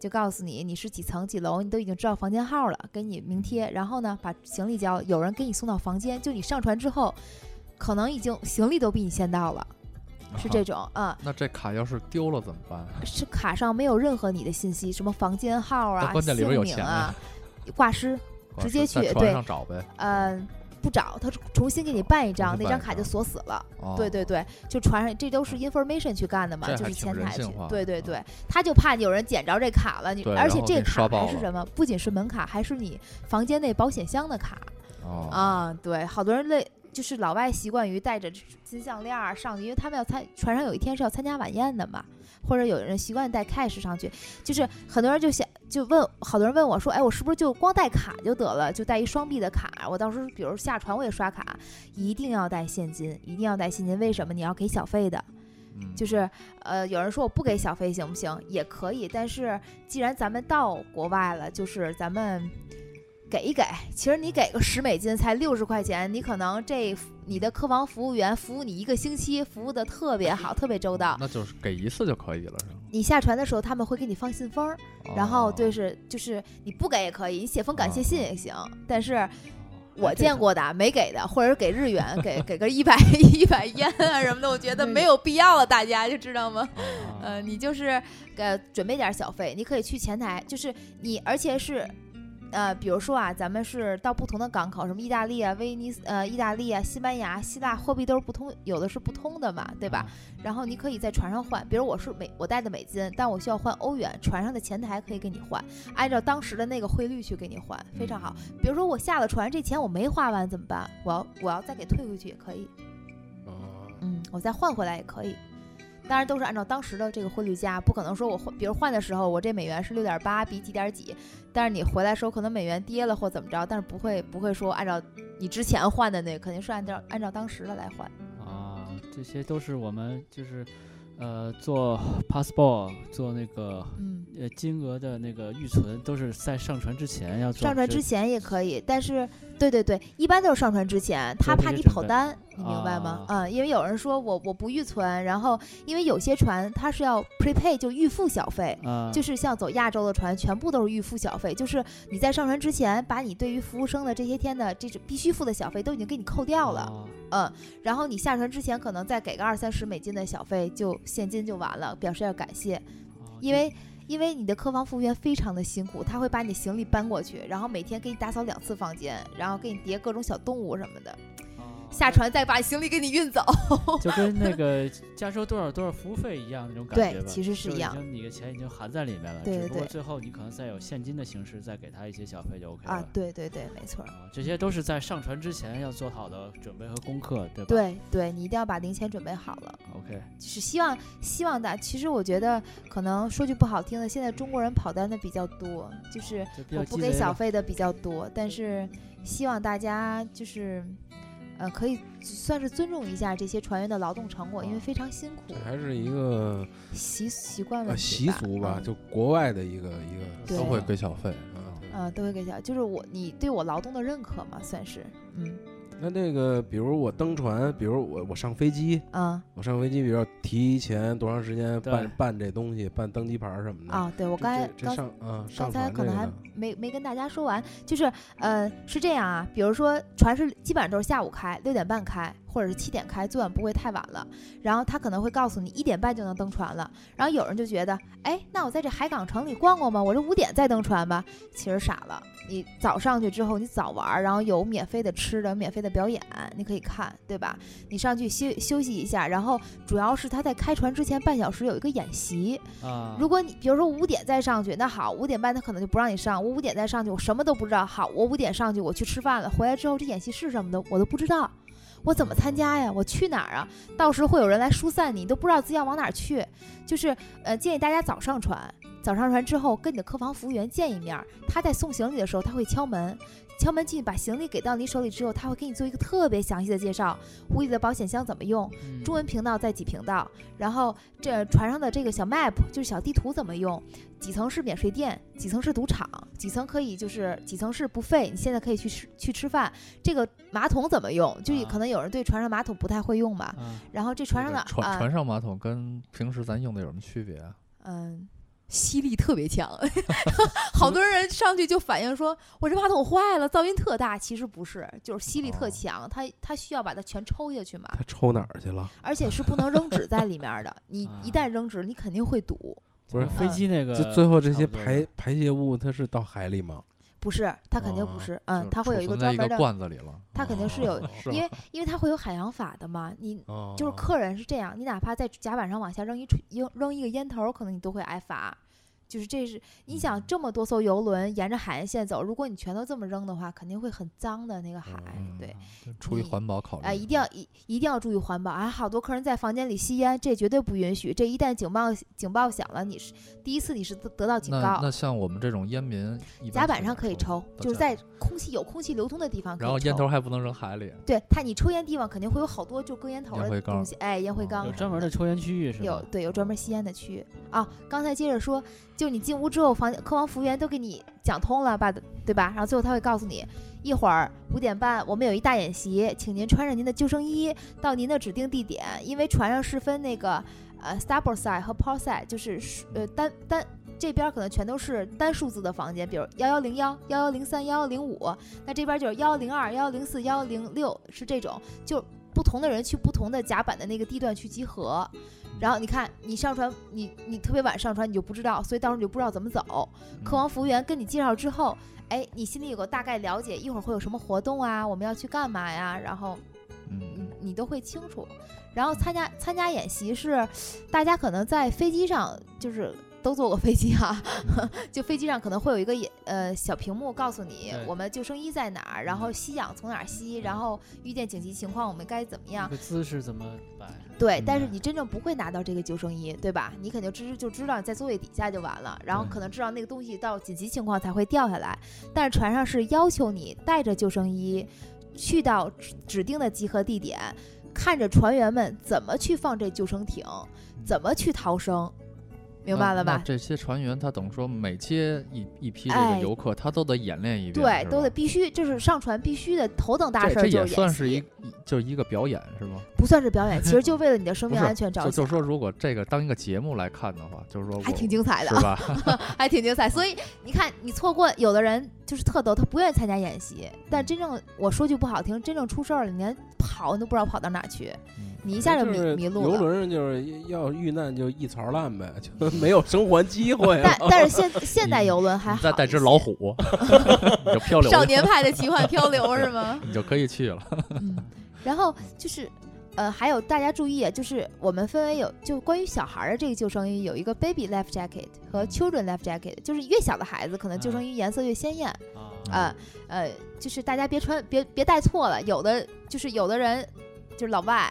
Speaker 3: 就告诉你你是几层几楼，你都已经知道房间号了，给你名贴。然后呢，把行李交了，有人给你送到房间。就你上船之后，可能已经行李都比你先到了，是这。种啊、
Speaker 4: [laughs] 那这卡要是丢了怎么办？啊
Speaker 3: 是卡上没有任何你的信息，什么房间号啊
Speaker 4: 那、关键里边有
Speaker 3: 姓名
Speaker 4: 钱
Speaker 3: 啊、挂失，直接去对
Speaker 4: 在船上找呗。
Speaker 3: 嗯、不找他重新给你办一张，
Speaker 4: 重新
Speaker 3: 那
Speaker 4: 办
Speaker 3: 张
Speaker 4: 一
Speaker 3: 卡就
Speaker 4: 张
Speaker 3: 锁死了。
Speaker 4: 哦
Speaker 3: 对对，对，就传上，这都是 information 去干的嘛，
Speaker 4: 这
Speaker 3: 就
Speaker 4: 还
Speaker 3: 是
Speaker 4: 挺
Speaker 3: 前
Speaker 4: 人
Speaker 3: 台
Speaker 4: 性
Speaker 3: 去
Speaker 4: 化。
Speaker 3: 对
Speaker 4: 的
Speaker 3: 对
Speaker 4: 啊
Speaker 3: 对，他就怕有人捡着这卡了，你
Speaker 4: 对
Speaker 3: 而
Speaker 4: 然
Speaker 3: 且
Speaker 4: 后
Speaker 3: 这
Speaker 4: 给你
Speaker 3: 卡
Speaker 4: 刷爆
Speaker 3: 还是
Speaker 4: 了
Speaker 3: 什么？不仅是门卡，还是你房间内保险箱的卡
Speaker 4: 哦，
Speaker 3: 啊。对，好多人类就是老外习惯于带着金项链儿上去，因为他们要参船上有一天是要参加晚宴的嘛，或者有人习惯带 cash 上去，就是很多人就想就问好多人问我说，哎，我是不是就光带卡就得了，就带一双币的卡？我到时候比如下船我也刷卡，一定要带现金，一定要带现金。为什么？你要给小费的。
Speaker 4: 嗯
Speaker 3: 就是呃，有人说我不给小费行不行？也可以，但是既然咱们到国外了，就是咱们给一给。其实你给个十美金才六十块钱，你可能这你的客房服务员服务你一个星期，服务的特别好，特别周到。
Speaker 4: 那就是给一次就可以了，是吗？
Speaker 3: [laughs] 你下船的时候他们会给你放信封儿，然后
Speaker 4: 哦
Speaker 3: 对是就是你不给也可以，你写封感谢信也行， [laughs] 但是。我
Speaker 1: 这
Speaker 3: 见
Speaker 1: 种
Speaker 3: 过的啊没给的，或者是给日元，给给个一百 [laughs] 一百烟啊什么的，我觉得没有必要了，大家就知道吗？
Speaker 1: 啊
Speaker 3: 呃，你就是给准备点儿小费，你可以去前台，就是你，而且是，呃，比如说啊，咱们是到不同的港口，什么意大利啊、威尼斯呃、意大利啊、西班牙、希腊货币都是不通，有的是不通的嘛，对
Speaker 1: 嗯
Speaker 3: 吧？然后你可以在船上换，比如我是美，我带的美金，但我需要换欧元，船上的前台可以给你换，按照当时的那个汇率去给你换，非常好。比如说我下了船，这钱我没花完怎么办？我要我要再给退回去也可以，
Speaker 2: 哦
Speaker 3: 嗯，我再换回来也可以。当然都是按照当时的这个汇率价，不可能说我换，比如换的时候我这美元是六点八比几点几，但是你回来的时候可能美元跌了或怎么着，但是不会不会说按照你之前换的那个，肯定是按照按照当时的来换。
Speaker 1: 啊，这些都是我们就是呃做 passport 做那个
Speaker 3: 嗯，
Speaker 1: 呃金额的那个预存，都是在上传之前要做。
Speaker 3: 上传
Speaker 1: 就
Speaker 3: 之前也可以，但是对对对，一般都是上传之前，他
Speaker 1: 做这
Speaker 3: 怕
Speaker 1: 些
Speaker 3: 你
Speaker 1: 准
Speaker 3: 跑
Speaker 1: 备
Speaker 3: 单，你明白吗？嗯，因为有人说我我不预存，然后因为有些船它是要 prepay 就预付小费，
Speaker 1: 啊，
Speaker 3: 就是像走亚洲的船，全部都是预付小费，就是你在上船之前，把你对于服务生的这些天的这种必须付的小费都已经给你扣掉了，
Speaker 1: 哦
Speaker 3: 嗯，然后你下船之前可能再给个二三十美金的小费，就现金就完了，表示要感谢，
Speaker 1: 哦
Speaker 3: 因为。因为你的客房服务员非常的辛苦，他会把你的行李搬过去，然后每天给你打扫两次房间，然后给你叠各种小动物什么的，
Speaker 1: 哦
Speaker 3: 下船再把行李给你运走。
Speaker 1: 就跟那个加收多少多少服务费一样那种感
Speaker 3: 对
Speaker 1: 觉吧，
Speaker 3: 其实是
Speaker 1: 就
Speaker 3: 一样
Speaker 1: 已经你的钱已经含在里面了，
Speaker 3: 对
Speaker 1: 只
Speaker 3: 对
Speaker 1: 不过
Speaker 3: 对
Speaker 1: 最后你可能再有现金的形式再给他一些小费就 OK 了。
Speaker 3: 啊，对对对，没错儿，
Speaker 1: 啊这些都是在上传之前要做好的准备和功课，对吧？
Speaker 3: 对对，你一定要把零钱准备好了。
Speaker 1: ，OK，
Speaker 3: 就是希望希望大。其实我觉得，可能说句不好听的，现在中国人跑单的比较多，就是
Speaker 1: 就比
Speaker 3: 我
Speaker 1: 较
Speaker 3: 不
Speaker 1: 鸡
Speaker 3: 给
Speaker 1: 贼
Speaker 3: 小
Speaker 1: 了
Speaker 3: 费的比较多。但是希望大家就是，呃，可以算是尊重一下这些船员的劳动成果，因为非常辛苦
Speaker 2: 这，啊还是一个
Speaker 3: 习习惯
Speaker 2: 呃
Speaker 3: 问题
Speaker 2: 习
Speaker 3: 吧
Speaker 2: 俗吧，
Speaker 3: 嗯
Speaker 2: 就国外的一个一个
Speaker 3: 对
Speaker 4: 都会给小费。嗯
Speaker 2: 啊。对
Speaker 3: 呃，都会给小，就是我你对我劳动的认可嘛，算是，嗯
Speaker 2: 那那个，比如我登船，比如我我上飞机，
Speaker 3: 啊
Speaker 2: 我上飞机，比如提前多长时间
Speaker 1: 对
Speaker 2: 办办这东西，办登机牌儿什么的。
Speaker 3: 啊，对我
Speaker 2: 这，
Speaker 3: 刚才
Speaker 2: 这这
Speaker 3: 刚
Speaker 2: 上啊上
Speaker 3: 刚才
Speaker 2: 船
Speaker 3: 可能
Speaker 2: 这个
Speaker 3: 还
Speaker 2: 呢
Speaker 3: 没没跟大家说完，就是呃是这样啊，比如说船是基本上都是下午开，六点半开或者是七点开，最晚不会太晚了。然后他可能会告诉你一点半就能登船了。然后有人就觉得，哎，那我在这海港城里逛逛吧，我这五点再登船吧。其实傻了，你早上去之后你早玩儿，然后有免费的吃的、免费的表演，你可以看，对吧？你上去休休息一下，然后主要是他在开船之前半小时有一个演习，
Speaker 1: 啊。
Speaker 3: 如果你比如说五点再上去，那好，五点半他可能就不让你上。我五点再上去，我什么都不知道。好，我五点上去，我去吃饭了，回来之后这演习是什么的我都不知道，我怎么参加呀？我去哪儿啊？到时候会有人来疏散你，你都不知道自己要往哪儿去。就是呃，建议大家早上船，早上船之后跟你的客房服务员见一面儿，他在送行李的时候他会敲门。敲门进去，把行李给到你手里之后，他会给你做一个特别详细的介绍，屋里的保险箱怎么用，
Speaker 1: 嗯
Speaker 3: 中文频道在几频道，然后这呃船上的这个小 map 就是小地图怎么用，几层是免税店，几层是赌场，几层可以就是几层是不费，你现在可以去吃去吃饭。这个马桶怎么用？就也
Speaker 1: 啊
Speaker 3: 可能有人对船上马桶不太会用吧。
Speaker 1: 啊
Speaker 3: 然后这船上的
Speaker 4: 那个嗯船
Speaker 3: 啊
Speaker 4: 船，上马桶跟平时咱用的有什么区别啊？
Speaker 3: 嗯。吸力特别强， [laughs] 好多人上去就反映说：“我这马桶坏了，噪音特大。”其实不是，就是吸力特
Speaker 4: 哦
Speaker 3: 强，它它需要把它全抽下去嘛，
Speaker 2: 他抽哪儿去了？
Speaker 3: 而且是不能扔纸在里面儿的。你一
Speaker 1: 啊
Speaker 3: 旦扔纸，你肯定会堵。
Speaker 2: 不是
Speaker 1: 咱们飞
Speaker 3: 嗯
Speaker 1: 机那个
Speaker 2: 这最后这
Speaker 1: 差
Speaker 2: 些
Speaker 1: 不多
Speaker 2: 排
Speaker 1: 了
Speaker 2: 排泄物，它是到海里吗？
Speaker 3: 不是，它肯定
Speaker 4: 哦
Speaker 3: 不是，
Speaker 4: 就
Speaker 3: 嗯，它会有
Speaker 4: 储
Speaker 3: 一个
Speaker 4: 存
Speaker 3: 专
Speaker 4: 在一
Speaker 3: 门
Speaker 4: 个
Speaker 3: 的，
Speaker 4: 罐子里了。
Speaker 3: 它肯定是有，
Speaker 4: 是
Speaker 3: 因
Speaker 4: 吧
Speaker 3: 为因为它会有海洋法的嘛，你。
Speaker 2: 哦，
Speaker 3: 就是客人是这样，你哪怕在甲板上往下扔一锤扔扔一个烟头，可能你都会挨罚。就是这是你
Speaker 4: 嗯
Speaker 3: 想这么多艘游轮沿着海岸线走，如果你全都这么扔的话，肯定会很脏的那个海。
Speaker 4: 嗯
Speaker 3: 对，，
Speaker 4: 出于
Speaker 3: 你
Speaker 4: 环保考虑，
Speaker 3: 啊，一定要一一定要注意环保啊！好多客人在房间里吸烟，这绝对不允许。这一旦警报警报响了，你是第一次你是得得到警
Speaker 4: 那
Speaker 3: 告
Speaker 4: 那，像我们这种烟民，一般
Speaker 3: 甲板
Speaker 4: 从
Speaker 3: 上
Speaker 4: 哪
Speaker 3: 可以抽，
Speaker 4: 到
Speaker 3: 就是
Speaker 4: 甲
Speaker 3: 在空气有空气流通的地方可以
Speaker 4: 然后烟
Speaker 3: 抽
Speaker 4: 头还不能扔海里，
Speaker 3: 对它，你抽烟地方肯定会有好多就跟烟头
Speaker 4: 烟灰
Speaker 3: 的
Speaker 4: 缸
Speaker 3: 东西，哎，烟灰
Speaker 4: 哦
Speaker 3: 缸
Speaker 1: 有
Speaker 4: 什
Speaker 1: 专
Speaker 4: 么
Speaker 1: 门的抽烟区域是吧？
Speaker 3: 有对有专门吸烟的区域啊。刚才接着说，就你进屋之后，房客房服务员都给你讲通了吧，对吧？然后最后他会告诉你，一会儿五点半我们有一大演习，请您穿上您的救生衣到您的指定地点，因为船上是分那个呃 starboard side 和 port side，就是数呃单单。这边可能全都是单数字的房间，比如幺幺零幺、幺幺零三、幺幺零五，那这边就是幺幺零二、幺幺零四、幺幺零六，是这种，就不同的人去不同的甲板的那个地段去集合。然后你看，你上船，你你特别晚上船，你就不知道，所以到时候你就不知道怎么走。
Speaker 4: 嗯
Speaker 3: 客房服务员跟你介绍之后，哎，你心里有个大概了解，一会儿会有什么活动啊，我们要去干嘛呀，然后
Speaker 4: 嗯，
Speaker 3: 你
Speaker 4: 嗯
Speaker 3: 你都会清楚。然后参加参加演习是，大家可能在飞机上就是。都坐过飞机哈、 [laughs] 就飞机上可能会有一个也呃小屏幕告诉你
Speaker 1: 对
Speaker 3: 我们救生衣在哪儿，然后吸氧从哪儿吸，然后遇见紧急情况我们该怎么样
Speaker 1: 这，个姿势怎么摆？
Speaker 3: 对，但是
Speaker 4: 嗯
Speaker 3: 你真正不会拿到这个救生衣，对吧？你肯定知就知道你在座位底下就完了，然后
Speaker 4: 对
Speaker 3: 可能知道那个东西到紧急情况才会掉下来。但是船上是要求你带着救生衣，去到指指定的集合地点，看着船员们怎么去放这救生艇，怎么去逃生，明白
Speaker 4: 那
Speaker 3: 了
Speaker 4: 嗯啊那
Speaker 3: 吧？
Speaker 4: 这些船员他等于说每接一一批这
Speaker 3: 哎
Speaker 4: 个游客，他都得演练一遍，
Speaker 3: 对
Speaker 4: 是，
Speaker 3: 都
Speaker 4: 吧
Speaker 3: 得必须，这是上船必须的头等大
Speaker 4: 这
Speaker 3: 事
Speaker 4: 这
Speaker 3: 儿，就
Speaker 4: 也
Speaker 3: 是
Speaker 4: 算
Speaker 3: 演
Speaker 4: 是一
Speaker 3: 习，
Speaker 4: 一就是一个表演是吗？
Speaker 3: 不算是表演，其实就为了你的生
Speaker 4: 不
Speaker 3: 命
Speaker 4: 是
Speaker 3: 安全着
Speaker 4: 就就
Speaker 3: 想，
Speaker 4: 是说，如果这个当一个节目来看的话，就是说
Speaker 3: 还
Speaker 4: 我
Speaker 3: 挺精彩的
Speaker 4: 是。吧？ [laughs]
Speaker 3: 还挺精彩。所以你看，你错过有的人就是特逗，他不愿意参加演习，但真正我说句不好听，真正出事儿了，你连跑你都不知道跑到哪儿去，
Speaker 4: 嗯
Speaker 3: 你一下就迷
Speaker 2: 是
Speaker 3: 迷路
Speaker 2: 游
Speaker 3: 了。
Speaker 2: 轮上就是要遇难就一槽烂呗，
Speaker 3: [laughs]
Speaker 2: 就没有生还机会了
Speaker 3: 但。但是现现代游轮还
Speaker 4: 你
Speaker 3: 好，
Speaker 4: 再带只老，虎， [laughs] 你就漂流
Speaker 3: 少
Speaker 4: 了，
Speaker 3: 年派的奇
Speaker 4: [laughs]
Speaker 3: 幻漂流是吗？
Speaker 4: 你就可以去了。
Speaker 3: 嗯，然后就是。呃，还有大家注意，就是我们分为有，就关于小孩儿的这个救生衣，有一个 baby life jacket 和 children life jacket，就是越小的孩子，可能救生衣颜色越鲜艳，
Speaker 1: 啊
Speaker 3: 啊，呃，就是大家别穿，别别带错了。有的就是有的人，就是老外，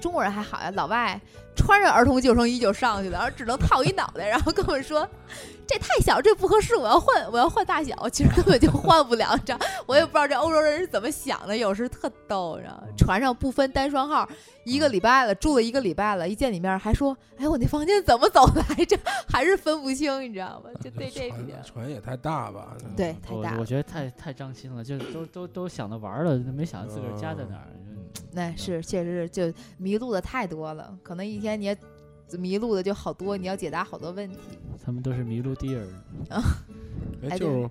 Speaker 3: 中国人还好呀，老外穿着儿童救生衣就上去了，然后只能套一脑袋，然后跟我说这太小，这不合适，我要换，我要换大小。其实根本就换不了，你知道？我也不知道这欧洲人是怎么想的，有时特逗，你知道吗？船上不分单双号，一个礼拜了，住了一个礼拜了，一见你面还说，哎，我那房间怎么走来着？还是分不清，你知道
Speaker 2: [laughs]
Speaker 3: 吗？就对这
Speaker 2: 船
Speaker 3: 点。
Speaker 2: 船也太大吧？
Speaker 3: 对，太
Speaker 1: 我
Speaker 3: 大
Speaker 1: 我
Speaker 3: 了，
Speaker 1: 觉得太太张心了，就是都都都想着玩儿了，没想着自个儿家在哪儿。
Speaker 4: 哦嗯
Speaker 3: 那是确实是就迷路的太多了，可能
Speaker 4: 嗯
Speaker 3: 一天你也迷路的就好多，你要解答好多问题。
Speaker 1: 他们都是迷路地儿，
Speaker 2: 哎，
Speaker 3: 哎
Speaker 2: 就是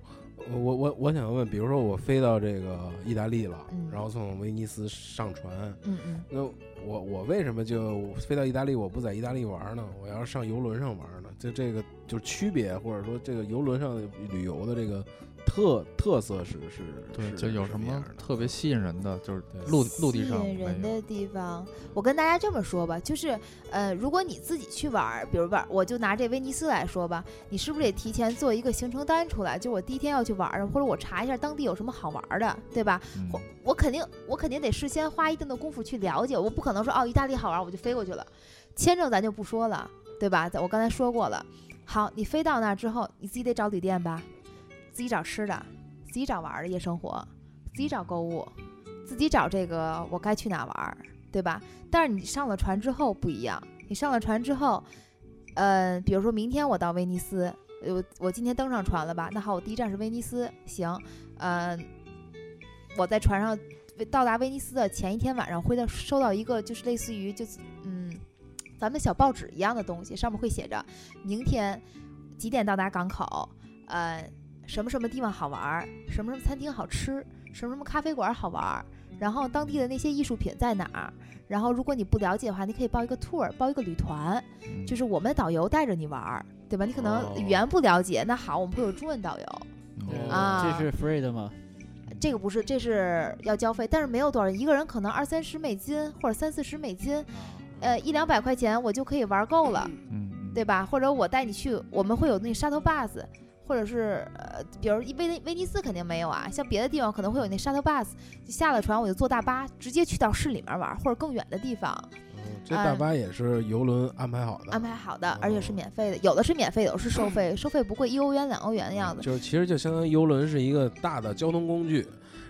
Speaker 2: 我我我想问，比如说我飞到这个意大利了，
Speaker 3: 嗯
Speaker 2: 然后从威尼斯上船，
Speaker 3: 嗯嗯，
Speaker 2: 那我我为什么就飞到意大利，我不在意大利玩呢？我要上游轮上玩呢？就这个就是区别，或者说这个游轮上的旅游的这个特特色是是
Speaker 4: 对，
Speaker 2: 是
Speaker 4: 就有什
Speaker 2: 么样
Speaker 4: 么
Speaker 2: 的
Speaker 4: 特别吸引人的，就是
Speaker 2: 对
Speaker 4: 陆陆地上
Speaker 3: 吸引人
Speaker 4: 没有
Speaker 3: 的地方，我跟大家这么说吧，就是呃，如果你自己去玩儿，比如玩儿，我就拿这威尼斯来说吧，你是不是得提前做一个行程单出来？就我第一天要去玩儿，或者我查一下当地有什么好玩儿的，对吧？
Speaker 4: 嗯
Speaker 3: 我我肯定我肯定得事先花一定的功夫去了解，我不可能说哦意大利好玩我就飞过去了，签证咱就不说了，对吧？咱我刚才说过了，好，你飞到那儿之后，你自己得找旅店吧，自己找吃的，自己找玩儿的夜生活，自己找购物，自己找这个我该去哪玩儿，对吧？但是你上了船之后不一样，你上了船之后，呃，比如说明天我到威尼斯，呃我我今天登上船了吧？那好，我第一站是威尼斯，行，呃，我在船上到达威尼斯的前一天晚上会到收到一个就是类似于就是嗯，咱们小报纸一样的东西，上面会写着明天几点到达港口，呃，什么什么地方好玩儿，什么什么餐厅好吃，什么什么咖啡馆好玩儿，然后当地的那些艺术品在哪儿。然后，如果你不了解的话，你可以报一个 tour，报一个旅团，
Speaker 4: 嗯
Speaker 3: 就是我们导游带着你玩儿，对吧？你可
Speaker 2: 哦
Speaker 3: 能语言不了解，那好，我们会有中文导游，
Speaker 1: 嗯
Speaker 3: 啊
Speaker 1: 这是 free 的吗？
Speaker 4: 嗯
Speaker 3: 这个不是，这是要交费，但是没有多少人，一个人可能二三十美金或者三四十美金，呃，一两百块钱我就可以玩够了。
Speaker 4: 啊嗯，嗯
Speaker 3: 对吧？或者我带你去，我们会有那沙头坝子，或者是呃，比如威尼威尼斯肯定没有啊，像别的地方可能会有那沙头坝子，就下了船我就坐大巴直接去到市里面玩，或者更远的地方
Speaker 2: 嗯这大巴也是游轮安排好的，
Speaker 3: 安排好
Speaker 4: 哦
Speaker 3: 的，而且是免费的，有的是免费，有的是收费，收费不贵，一欧元两欧元的样子。
Speaker 2: 嗯就是其实就相当于游轮是一个大的交通工具，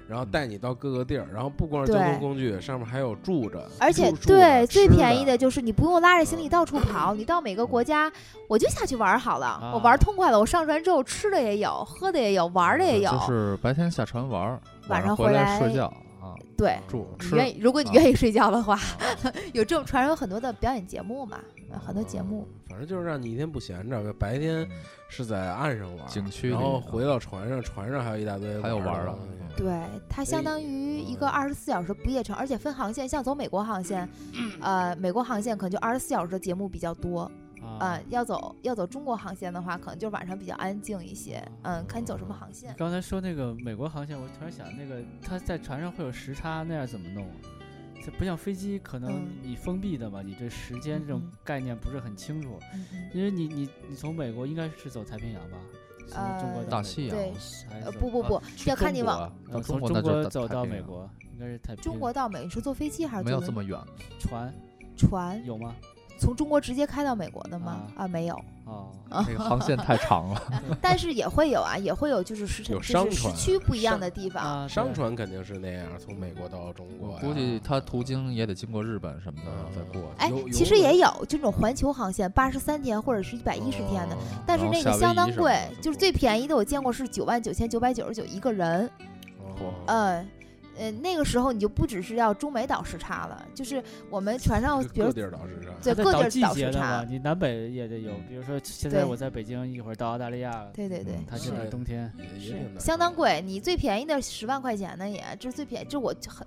Speaker 2: 然后带你到各个地儿，然后不光是交通
Speaker 3: 对
Speaker 2: 工具，上面还有住着，
Speaker 3: 而且
Speaker 2: 住住
Speaker 3: 对
Speaker 2: 的
Speaker 3: 最
Speaker 2: 吃
Speaker 3: 便宜的就是你不用拉着行李
Speaker 2: 嗯
Speaker 3: 到处跑，你到每个国家我就下去玩儿好了，我
Speaker 1: 啊
Speaker 3: 玩儿痛快了，我上船之后吃的也有，喝的也有，玩儿的也有，
Speaker 4: 就是白天下船玩儿，
Speaker 3: 晚上
Speaker 4: 上
Speaker 3: 回
Speaker 4: 来
Speaker 3: 来嗯
Speaker 4: 睡觉啊，
Speaker 3: 对。
Speaker 4: 住
Speaker 3: 你
Speaker 4: 吃。
Speaker 3: 愿意，如果你
Speaker 4: 啊
Speaker 3: 愿意睡觉的话， [laughs] 有这种船上有很多的表演节目嘛，呃很多节目。
Speaker 2: 嗯反正就是让你一天不闲着，白天
Speaker 4: 嗯
Speaker 3: [laughs]
Speaker 2: 是在岸上玩儿，
Speaker 4: 景区里
Speaker 2: 然后
Speaker 4: 啊
Speaker 2: 回到船上，船上还有一大堆
Speaker 4: 还有玩
Speaker 2: 儿
Speaker 4: 儿
Speaker 2: 的
Speaker 4: 的嗯
Speaker 2: 东西。
Speaker 3: 对，它相
Speaker 2: 哎
Speaker 3: 当于一个
Speaker 2: 嗯
Speaker 3: 二十四小时不夜城，而且分航线，像走美国航线，呃，美国航线可能就二十四小时的节目比较多，
Speaker 1: 啊
Speaker 3: 呃，要走要走中国航线的话，可能就晚上比较安静一些，嗯，看你走什么航线
Speaker 1: 你。刚才说那个美国航线，我突然想，那个它在船上会有时差，那样怎么弄啊？这不像飞机，可能
Speaker 3: 嗯
Speaker 1: 你封闭的嘛，你对时间这种
Speaker 3: 嗯
Speaker 1: 概念不是很清楚。
Speaker 3: 嗯嗯
Speaker 1: 因为你你你从美国应该是走太平洋吧？从中国
Speaker 3: 呃
Speaker 1: 到
Speaker 4: 大
Speaker 1: 美
Speaker 4: 西
Speaker 1: 国
Speaker 4: 洋
Speaker 3: 对
Speaker 1: 还是
Speaker 3: 呃，
Speaker 1: 走
Speaker 3: 不不不，
Speaker 4: 啊去
Speaker 3: 要看你
Speaker 4: 中国
Speaker 3: 往
Speaker 4: 啊到
Speaker 1: 呃从
Speaker 4: 中国
Speaker 1: 中
Speaker 4: 那就
Speaker 1: 国
Speaker 4: 是
Speaker 1: 走
Speaker 4: 太
Speaker 1: 到
Speaker 4: 平
Speaker 1: 美
Speaker 4: 洋，
Speaker 1: 国应该是太平
Speaker 3: 中国到美你是坐飞机啊还是
Speaker 4: 嗯没有
Speaker 3: 坐
Speaker 4: 这
Speaker 3: [laughs]
Speaker 4: 么远。
Speaker 1: 船
Speaker 3: 船？
Speaker 1: 有吗？
Speaker 3: 从中国直接开到美国的吗？啊，没有，
Speaker 1: 哦，
Speaker 3: 啊
Speaker 4: 那个航线太长 [laughs] 了，
Speaker 3: 但是也会有啊，也会有就是时辰
Speaker 2: 有
Speaker 3: 就
Speaker 2: 商
Speaker 3: 是时
Speaker 2: 船
Speaker 3: 区不一样
Speaker 2: 商
Speaker 3: 的地方。
Speaker 1: 啊，
Speaker 2: 商
Speaker 1: 对
Speaker 2: 船肯定是那样，从美国到中国
Speaker 4: 我
Speaker 2: 呀，
Speaker 4: 估计它途经也得经过日本什么的
Speaker 2: 嗯
Speaker 4: 再过去。
Speaker 3: 哎
Speaker 2: 游，
Speaker 3: 其
Speaker 2: 游
Speaker 3: 实也
Speaker 2: 轮
Speaker 3: 有这种环球航线，八十三天或者是一百一十天的，
Speaker 2: 哦
Speaker 3: 但是
Speaker 4: 然后
Speaker 3: 那个
Speaker 4: 夏威
Speaker 3: 相
Speaker 4: 夷
Speaker 3: 当
Speaker 4: 什么
Speaker 3: 贵
Speaker 4: 的，嗯
Speaker 3: 就是最便宜的我见过是九万九千九百九十九一个人，
Speaker 2: 哦
Speaker 3: 嗯。呃，那个时候你就不只是要中美岛时差了，就是我们船上，
Speaker 2: 这
Speaker 3: 比如
Speaker 2: 各地儿倒是这样
Speaker 3: 对
Speaker 1: 它在
Speaker 3: 各地
Speaker 1: 倒
Speaker 3: 儿
Speaker 1: 季
Speaker 3: 倒时
Speaker 1: 节的
Speaker 3: 差
Speaker 1: 嘛，你南北也得有。
Speaker 4: 嗯
Speaker 1: 比如说现在
Speaker 3: 对
Speaker 1: 我在北京，一会儿到澳大利亚了，
Speaker 3: 对对对，
Speaker 1: 它现在
Speaker 2: 是
Speaker 1: 冬天。
Speaker 2: 也也
Speaker 3: 是
Speaker 2: 挺难
Speaker 3: 相当
Speaker 2: 的。
Speaker 3: 贵，你最便宜的十万块钱呢也，这是最便宜，这我就很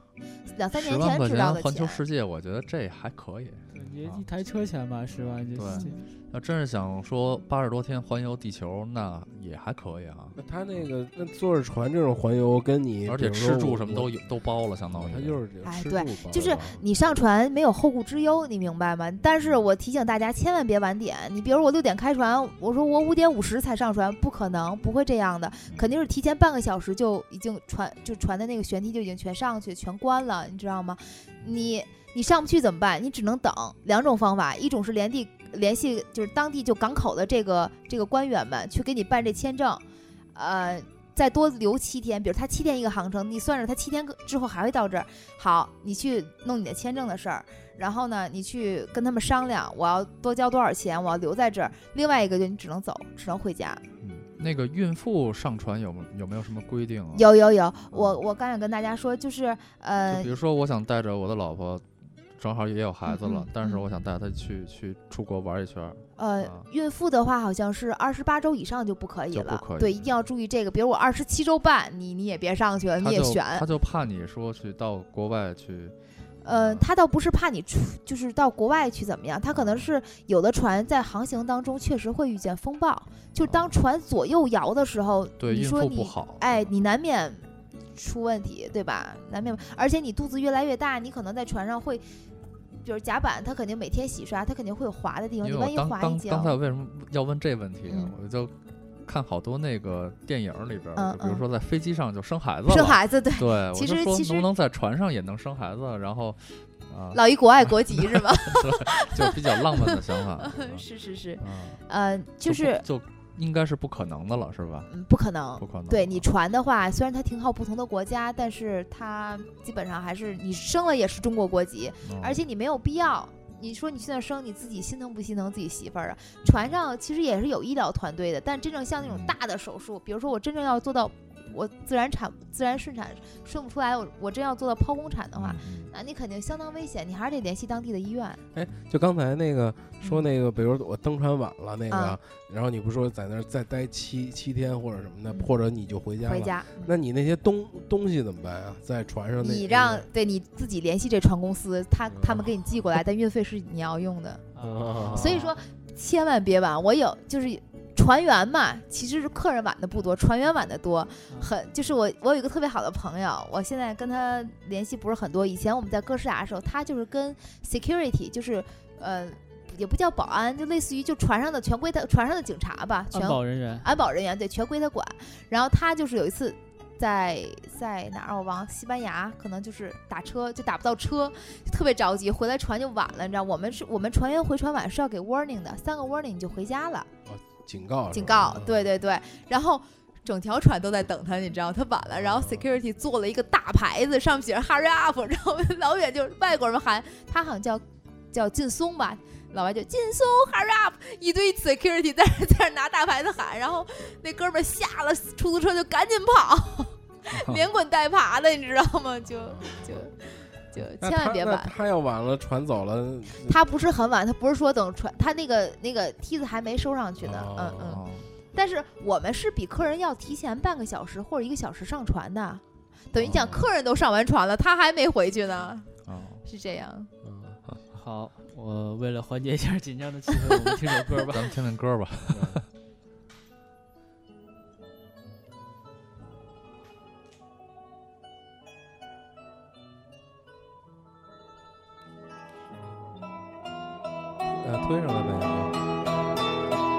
Speaker 3: 两三
Speaker 4: 十
Speaker 3: 年
Speaker 4: 万
Speaker 3: 前
Speaker 4: 块
Speaker 3: 知道
Speaker 4: 钱
Speaker 3: 的
Speaker 4: 环球世界，我觉得这还可以。
Speaker 1: 也嗯一台车钱吧，是吧？就
Speaker 4: 对
Speaker 1: 就
Speaker 3: 嗯
Speaker 4: 要真是想说八十多天环游地球，那也还可以啊。
Speaker 2: 那他那个那坐着船这种环游，跟你
Speaker 4: 而且
Speaker 2: 比如
Speaker 4: 吃
Speaker 2: 说
Speaker 4: 住
Speaker 2: 我
Speaker 4: 什么都有都包了，相当于
Speaker 2: 他就是有
Speaker 3: 哎
Speaker 2: 吃
Speaker 3: 对
Speaker 2: 住包
Speaker 3: 就是
Speaker 2: 的
Speaker 3: 你上船没有后顾之忧，你明白吗？但是我提醒大家千万别晚点。你比如我六点开船，我说我五点五十才上船，不可能，不会这样的，肯定是提前半个小时就已经船就船的那个舷梯就已经全上去全关了，你知道吗？你你上不去怎么办？你只能等。两种方法，一种是联地联系就是当地就港口的这个这个官员们去给你办这签证，呃。再多留七天，比如他七天一个航程，你算着他七天之后还会到这儿，好，你去弄你的签证的事儿，然后呢，你去跟他们商量，我要多交多少钱，我要留在这儿。另外一个就你只能走，只能回家。
Speaker 4: 嗯那个孕妇上船有有没有什么规定啊？
Speaker 3: 有有有，我我刚想跟大家说，就是
Speaker 4: 就
Speaker 3: 呃
Speaker 4: 比，如说，我想带着我的老婆，正好也有孩子了，
Speaker 3: 嗯嗯
Speaker 4: 但是
Speaker 3: 嗯
Speaker 4: 我想带她去去出国玩一圈儿，
Speaker 3: 呃
Speaker 4: 啊，
Speaker 3: 孕妇的话好像是二十八周以上就不可以
Speaker 4: 就不
Speaker 3: 了，
Speaker 4: 可以
Speaker 3: 对，一定要注意这个。比如我二十七周半，你你也别上去了，你
Speaker 4: 她
Speaker 3: 嗯也
Speaker 4: 就
Speaker 3: 选。
Speaker 4: 她就怕你说去到国外去，嗯
Speaker 3: 呃，他倒不是怕你出，就是到国外去怎么样，他可能是有的船在航行当中确实会遇见风暴，就当船左右摇的时候，
Speaker 4: 对
Speaker 3: 你
Speaker 4: 孕
Speaker 3: 说
Speaker 4: 妇
Speaker 3: 你
Speaker 4: 不好。
Speaker 3: 哎，你难免出问题，对吧？难免，而且你肚子越来越大，你可能在船上会，就是甲板，它肯定每天洗刷，它肯定会有滑的地方，
Speaker 4: 因
Speaker 3: 你
Speaker 4: 为
Speaker 3: 万一
Speaker 4: 我当
Speaker 3: 滑一哦
Speaker 4: 当刚才
Speaker 3: 跤，
Speaker 4: 为什么要问这问题啊？
Speaker 3: 嗯
Speaker 4: 我就看好多那个电影里边儿，
Speaker 3: 嗯
Speaker 4: 就比如
Speaker 3: 嗯
Speaker 4: 说在飞机上就生孩子了，
Speaker 3: [laughs] 生孩子对，
Speaker 4: 对，
Speaker 3: 其
Speaker 4: 我
Speaker 3: 实
Speaker 4: 就说
Speaker 3: 其
Speaker 4: 能
Speaker 3: 实
Speaker 4: 不能在船上也能生孩子，然后啊，
Speaker 3: 老一国外国籍是吗？
Speaker 4: [laughs]
Speaker 3: [laughs]
Speaker 4: 就比较浪漫的想法，
Speaker 3: 是是是，
Speaker 4: 嗯，
Speaker 3: 呃，就
Speaker 4: 不
Speaker 3: 是
Speaker 4: 就应该是不可能的了，是吧？
Speaker 3: 嗯，不可能
Speaker 4: 不。可能，
Speaker 3: 对你船的话，虽然它停靠不同的国家，但是它基本上还是你生了也是中国国籍，
Speaker 4: 嗯
Speaker 3: 而且你没有必要。你说你现在生，你自己心疼不心疼自己媳妇儿啊？船上其实也是有医疗团队的，但真正像那种
Speaker 4: 嗯
Speaker 3: 大的手术，比如说我真正要做到我自然产、自然顺产顺不出来，我我真要做到剖宫产的话，
Speaker 4: 嗯嗯
Speaker 3: 那你肯定相当危险，你还是得联系当地的医院。
Speaker 2: 哎，就刚才那个说
Speaker 3: 嗯
Speaker 2: 那个，比如我登船晚了那个
Speaker 3: 啊，
Speaker 2: 然后你不说在那儿再待七七天或者什么的，
Speaker 3: 嗯
Speaker 2: 或者你就回家
Speaker 3: 回
Speaker 2: 了。
Speaker 3: 家，嗯
Speaker 2: 那你那些东东西怎么办啊？在船上那
Speaker 3: 你
Speaker 2: 那
Speaker 3: 让
Speaker 2: 个
Speaker 3: 对你自己联系这船公司，他他们给你寄过
Speaker 2: 嗯
Speaker 3: 来，但运费是你要用的。
Speaker 1: 啊
Speaker 3: 所以说千万别晚。我有就是船员嘛，其实是客人晚的不多，船员晚的
Speaker 1: 啊
Speaker 3: 多。很就是我我有一个特别好的朋友，我现在跟他联系不是很多。以前我们在哥斯达的时候，他就是跟 security 就是呃。也不叫保安，就类似于就船上的全归他船上的警察吧，全
Speaker 1: 安啊保人员
Speaker 3: 安保人员对全归他管。然后他就是有一次在在哪儿我忘了，西班牙可能就是打车就打不到车，特别着急，回来船就晚了，你知道我们是我们船员回船晚是要给 warning 的，三个 warning 你就回家了，
Speaker 2: 警告是吧，
Speaker 3: 警告，
Speaker 2: 嗯
Speaker 3: 对对对，然后。整条船都在等他，你知道，他晚了。然后 security 做了一个大牌子，上面写着 “hurry up”，然 [laughs] 后老远就外国人喊，他好像叫叫劲松吧，老外就劲松 hurry up，一堆 security 在那在 [laughs] 那拿大牌子喊，然后那哥们儿下了出租车就赶紧跑，
Speaker 2: 哦
Speaker 3: [laughs] 连滚带爬的，你知道吗？就就就
Speaker 2: 那
Speaker 3: 千万
Speaker 2: 他
Speaker 3: 别
Speaker 2: 那
Speaker 3: 晚。
Speaker 2: 他要晚了，船走了，
Speaker 3: 他不是很晚，他不是说等船，他那个那个梯子还没收上去呢，嗯嗯。
Speaker 4: 哦
Speaker 3: 但是我们是比客人要提前半个小时或者一个小时上船的，等于讲
Speaker 4: 哦
Speaker 3: 客人都上完船了，他还没回去呢，
Speaker 4: 哦，
Speaker 3: [laughs] 是这样。
Speaker 2: 嗯
Speaker 1: [laughs] 好，我为了缓解一下紧张的气
Speaker 3: [laughs]
Speaker 1: 氛，我们听首歌吧。
Speaker 4: [laughs] 咱们听听歌吧。
Speaker 2: 呃，推上来呗。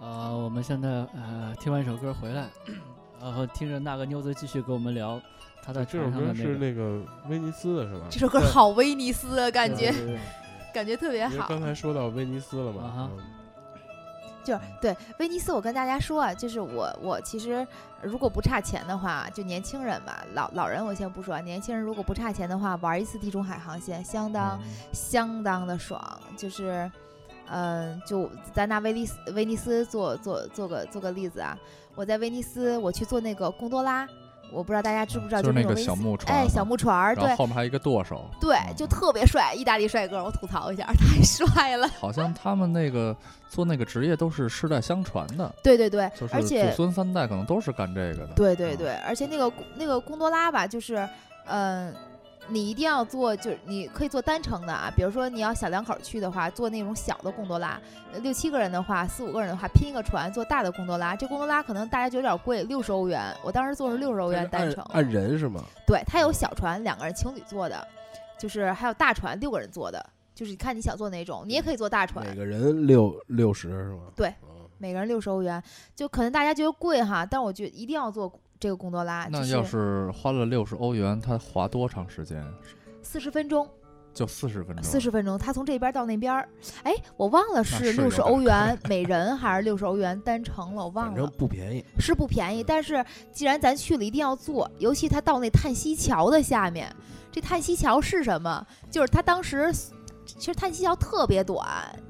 Speaker 1: 啊、我们现在呃听完一首歌回来， [clears throat] 然后听着那个妞子继续跟我们聊她在
Speaker 2: 这首
Speaker 1: 船上
Speaker 2: 歌
Speaker 1: 的
Speaker 2: 是
Speaker 1: 个。
Speaker 2: 那个威尼斯的是吧？
Speaker 3: 这首歌
Speaker 2: 对
Speaker 3: 好威尼斯啊，感
Speaker 1: 对
Speaker 3: 觉
Speaker 2: 对对对
Speaker 3: 感觉特别
Speaker 2: 因为
Speaker 3: 好。
Speaker 2: 刚才说到威尼斯了嗯
Speaker 1: 啊哈
Speaker 2: 嘛，
Speaker 3: 就是对威尼斯，我跟大家说啊，就是我我其实如果不差钱的话，就年轻人吧，老老人我先不说啊，年轻人如果不差钱的话，玩一次地中海航线相当
Speaker 4: 嗯
Speaker 3: 相当的爽，就是，嗯、就咱拿威尼斯威尼斯做做做个做个例子啊，我在威尼斯我去坐那个贡多拉，我不知道大家知不知道，
Speaker 4: 嗯就是
Speaker 3: 那
Speaker 4: 那
Speaker 3: 种
Speaker 4: 个
Speaker 3: 威尼
Speaker 4: 小
Speaker 3: 斯
Speaker 4: 木船
Speaker 3: 哎，
Speaker 4: 哈
Speaker 3: 小木船儿，
Speaker 4: 然后
Speaker 3: 对
Speaker 4: 后面还有一个舵手，嗯
Speaker 3: 对，就特别帅，意大利帅哥，我吐槽一下， [laughs] 太帅了，
Speaker 4: 好像他们那个做那个职业都是世代相传的，
Speaker 3: 对对对，
Speaker 4: 就是
Speaker 3: 而且
Speaker 4: 祖孙三代可能都是干这个的。
Speaker 3: 对对
Speaker 4: 嗯
Speaker 3: 对，而且那个贡那个贡多拉吧，就是，嗯、你一定要坐，就是你可以坐单程的啊，比如说你要小两口去的话，坐那种小的贡多拉，呃六七个人的话，四五个人的话，拼一个船坐大的贡多拉。这贡多拉可能大家觉得有点贵，六十欧元，我当时坐是六十欧
Speaker 2: 嗯，
Speaker 3: 元单
Speaker 2: 按
Speaker 3: 程。
Speaker 2: 按人是吗？
Speaker 3: 对，它有小船，两个人情侣坐的，就是还有大船六个人坐的，就是看你想坐哪种，你也可以坐大船
Speaker 2: 每。个人六六十是吗？
Speaker 3: 对
Speaker 2: 嗯，
Speaker 3: 每个人六十欧元，就可能大家觉得贵哈，但我觉得一定要坐这个贡多拉。
Speaker 4: 那
Speaker 3: 就
Speaker 4: 要是花了六十欧元，他划多长时间？
Speaker 3: 四十分钟，
Speaker 4: 就四十分钟，
Speaker 3: 四十分钟，他从这边到那边儿，哎，我忘了
Speaker 4: 那
Speaker 3: 是
Speaker 4: 是有
Speaker 3: 六十
Speaker 4: 点
Speaker 3: 欧元
Speaker 4: [laughs]
Speaker 3: 每人还是六十欧元单程了，我忘
Speaker 2: 反正
Speaker 3: 了，
Speaker 2: 不便
Speaker 3: [laughs]
Speaker 2: 宜。
Speaker 3: 是不便宜。但是既然咱去了，一定要坐，尤其他到那叹息桥的下面，这叹息桥是什么？就是他当时。其实叹息桥特别短，